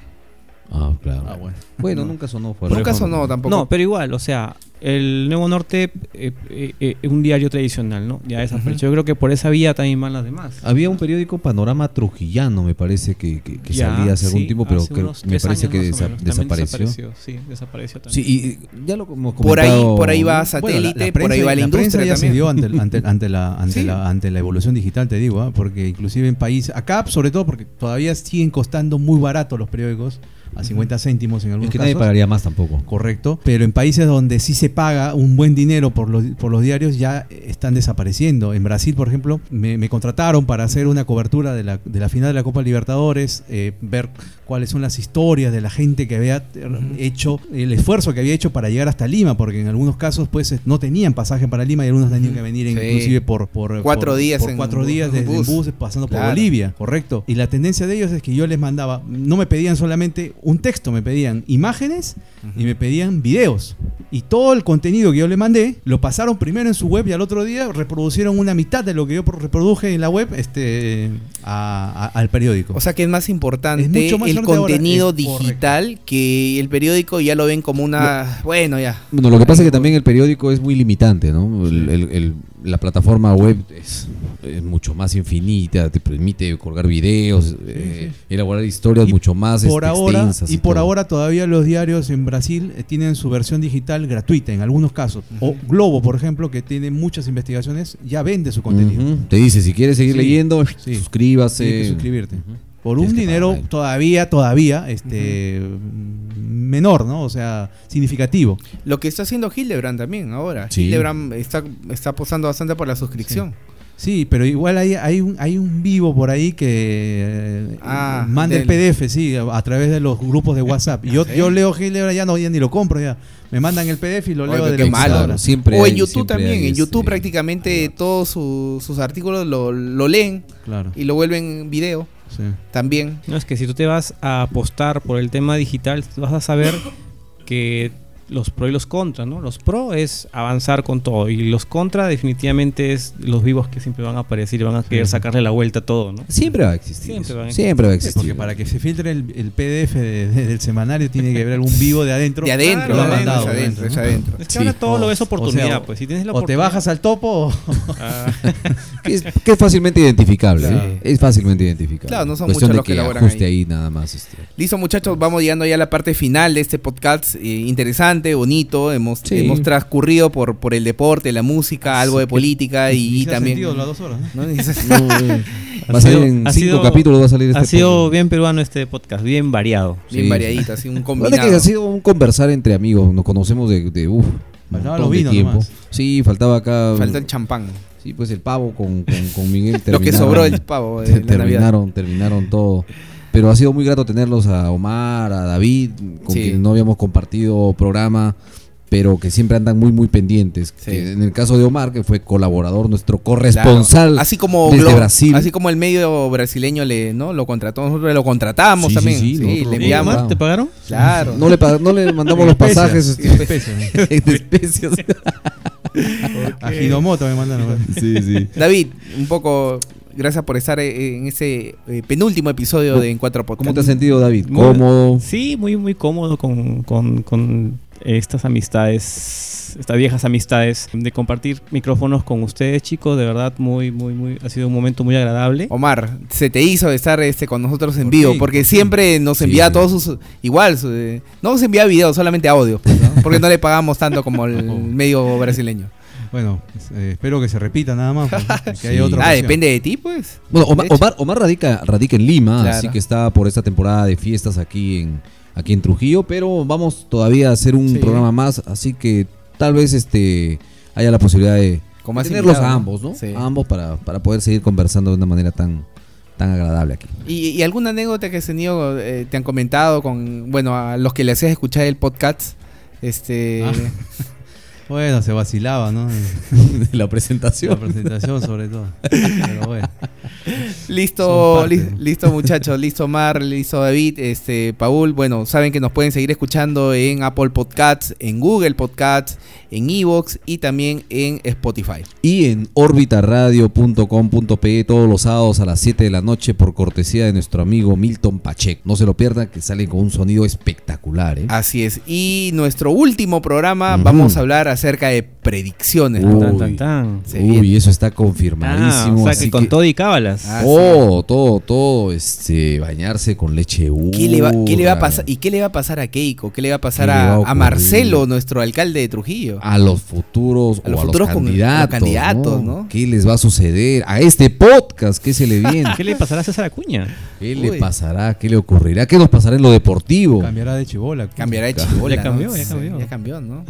Ah, claro. Bueno, No. nunca sonó fuerte. Nunca sonó tampoco. No, pero igual, o sea, el Nuevo Norte eh, eh, eh, es un diario tradicional, ¿no? Ya desapareció. Yo creo que por esa vía también van las demás. Había un periódico Panorama Trujillano, me parece que, que- que Ya, salía hace algún sí, tiempo, pero hace que- unos me tres parece años que más o desa- menos. También desapareció. Sí, desapareció también. Sí, y ya lo hemos Por ahí- comentado, por ahí va ¿no? a satélite, Bueno, la- la por ahí prensa- va la prensa industria ya también. se dio ante, el- ante, [LAUGHS] ante la, ante, Sí. la, ante la evolución digital, te digo, ¿ah? porque inclusive en países, acá sobre todo porque todavía siguen costando muy barato los periódicos, a 50 céntimos en algunos Es que nadie casos. pagaría más tampoco. Correcto, pero en países donde sí se paga un buen dinero por los, por los diarios ya están desapareciendo. En Brasil, por ejemplo, me, me contrataron para hacer una cobertura de la, de la final de la Copa Libertadores, eh, ver cuáles son las historias de la gente que había eh, hecho, el esfuerzo que había hecho para llegar hasta Lima, porque en algunos casos pues eh, no tenían pasaje para Lima y algunos tenían que venir Sí. inclusive por, por eh, Cuatro por- días por en cuatro bu- días desde bus. en bus pasando Claro. por Bolivia, correcto. Y la tendencia de ellos es que yo les mandaba, no me pedían solamente un texto, me pedían imágenes y me pedían videos. Y todo el contenido que yo le mandé lo pasaron primero en su web y al otro día reproducieron una mitad de lo que yo pro- reproduje en la web este, a- a- al periódico. O sea que es más importante Es mucho más el fuerte ahora, contenido es correcto. digital que el periódico ya lo ven como una... bueno, ya. Bueno, lo que pasa es que también el periódico es muy limitante, ¿no? El- el- el- la plataforma web es, es mucho más infinita, te permite colgar videos, eh, elaborar historias mucho más por este, ahora extensas. y por todo. ahora todavía los diarios en Brasil eh, tienen su versión digital gratuita en algunos casos o Globo por ejemplo que tiene muchas investigaciones ya vende su contenido Ujú. Te dice, si quieres seguir Sí, leyendo, sí. suscríbase. Tienes que suscribirte. Por Tienes un que dinero pagar. todavía, todavía, este mm, menor, ¿no? O sea, significativo. Lo que está haciendo Hildebrand también ahora. Sí. Hildebrand está, está apostando bastante por la suscripción. Sí, pero igual hay, hay, un, hay un vivo por ahí que eh, Ah, manda del- el PDF, sí, a, a través de los grupos de [LAUGHS] WhatsApp. Yo, yo leo Hildebrand, ya no ya ni lo compro, ya. Me mandan el PDF y lo Oye, leo pero de qué la malo. computadora. Siempre o en hay- YouTube siempre también. hay En YouTube este- prácticamente todos sus, sus artículos lo, lo leen Claro. y lo vuelven video Sí. también. No, es que si tú te vas a apostar por el tema digital, vas a saber que los pro y los contra, ¿no? Los pro es avanzar con todo y los contra definitivamente es los vivos que siempre van a aparecer y van a querer sacarle la vuelta a todo, ¿no? Siempre va a existir. Siempre eso. va a Siempre va a Sí, existir. Porque para que se filtre el, el PDF de- de- del semanario tiene que haber algún vivo de [LAUGHS] adentro. De adentro, Lo de han adentro, mandado, pues, es adentro, ¿no? es adentro. Es que ahora todo lo es oportunidad, o sea, pues si tienes la o te oportunidad. Ah. bajas al topo o... [LAUGHS] [LAUGHS] Que es, que es fácilmente identificable. [LAUGHS] Claro. ¿eh? Es fácilmente identificable. Claro, no son Cuestión muchos de los que elaboran ajuste ahí. nada más. este. Listo, muchachos, vamos llegando ya a la parte final de este podcast. eh, interesante, bonito. Hemos, Sí. hemos transcurrido por, por el deporte, la música, algo de política y, y también. las dos horas, ¿eh? [LAUGHS] ¿no? [LAUGHS] [LAUGHS] Va a salir en Ha eh, cinco sido- capítulos, va a salir este Ha sido bien peruano este podcast, bien variado. Bien Sí. [LAUGHS] variadito, así un [LAUGHS] La verdad combinado. que ha sido un conversar entre amigos. Nos conocemos de, de, uf, montón Faltaban los de vinos tiempo. nomás. Sí, faltaba acá. Falta el champán. Sí, pues el pavo con, con, con Miguel. Lo que terminaron- sobró el [LAUGHS] pavo de la terminaron, terminaron todo. Pero ha sido muy grato tenerlos a Omar, a David, con Sí. quienes no habíamos compartido programa, pero que siempre andan muy, muy pendientes. Que en el caso de Omar, que fue colaborador, nuestro corresponsal Claro. Así como desde Glo- Brasil. Así como el medio brasileño le, ¿no? lo contrató, nosotros lo contratamos Sí, sí, también. sí, Sí, nosotros le lo enviamos. contratamos. ¿Te pagaron? Claro. No le pag- no le mandamos los pasajes, este, En especies. [LAUGHS] en [LAUGHS] especies. A Hinomoto me mandaron. Sí, sí. David, un poco, gracias por estar eh, en ese eh, penúltimo episodio de En Cuatro Podcast. ¿Cómo te has sentido, David? Muy- ¿Cómodo? Sí, muy, muy cómodo con, con- con estas amistades, estas viejas amistades, de compartir micrófonos con ustedes, chicos. De verdad, muy, muy, muy, ha sido un momento muy agradable. Omar, se te hizo estar este con nosotros en vivo, fin. porque siempre nos envía todos sus igual, su- eh, no nos envía videos, solamente audio, pues, ¿no? porque no le pagamos tanto como [LAUGHS] el medio brasileño. Bueno, eh, espero que se repita nada [LAUGHS] más. pues, Que haya Sí. otra Ah, ocasión. depende de ti, pues. Bueno, Omar, De hecho. Omar- Omar radica, radica en Lima, Claro. así que está por esta temporada de fiestas aquí en, aquí en Trujillo, pero vamos todavía a hacer un Sí. programa más, así que tal vez este haya la posibilidad de Con más tenerlos invitados, a ¿no? ambos, ¿no? Sí. A ambos para, para poder seguir conversando de una manera tan, tan agradable aquí. ¿Y, y alguna anécdota que has tenido, eh, te han comentado con, bueno, a los que le hacías escuchar el podcast? Este. Ah, [LAUGHS] Bueno, se vacilaba, ¿no? la presentación. La presentación, sobre [LAUGHS] todo. Pero bueno. Listo, Son parte, lis- ¿no? listo muchachos, listo Mar, listo David, este Paul, bueno, saben que nos pueden seguir escuchando en Apple Podcasts, en Google Podcasts, en Evox y también en Spotify. Y en orbitaradio.com.pe todos los sábados a las 7 de la noche por cortesía de nuestro amigo Milton Pacheco. No se lo pierdan que salen con un sonido espectacular, ¿eh? Así es. Y nuestro último programa vamos a hablar acerca de predicciones. Mm. Uy, Se Uy, viene. eso está Ah, confirmadísimo. o sea, así que Oh, con todo y cábalas. Ah, todo, todo, todo, este, bañarse con leche. ¿Qué le, va, qué le va a burra, pasar? ¿Y qué le va a pasar a Keiko? ¿Qué le va a pasar ¿Qué le va a, a a ocurrir? Marcelo, nuestro alcalde de Trujillo? A los futuros A los o futuros a con- los los candidatos. candidatos, ¿no? ¿Qué les va a suceder? A este podcast, ¿qué se [LAUGHS] le viene? ¿Qué le pasará a César Acuña? ¿Qué le pasará? ¿Qué le ocurrirá? ¿Qué nos pasará en lo deportivo? Cambiará de chibola. Cambiará de chibola. Ya cambió, ¿no? ya cambió. Ya cambió, ¿no?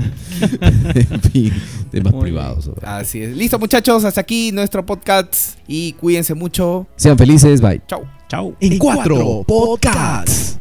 [LAUGHS] en fin, temas privados. sobre- Así es. Listo, muchachos. Hasta aquí nuestro podcast. Y cuídense mucho. Sean felices, bye. Chau. Chau. En cuatro podcasts.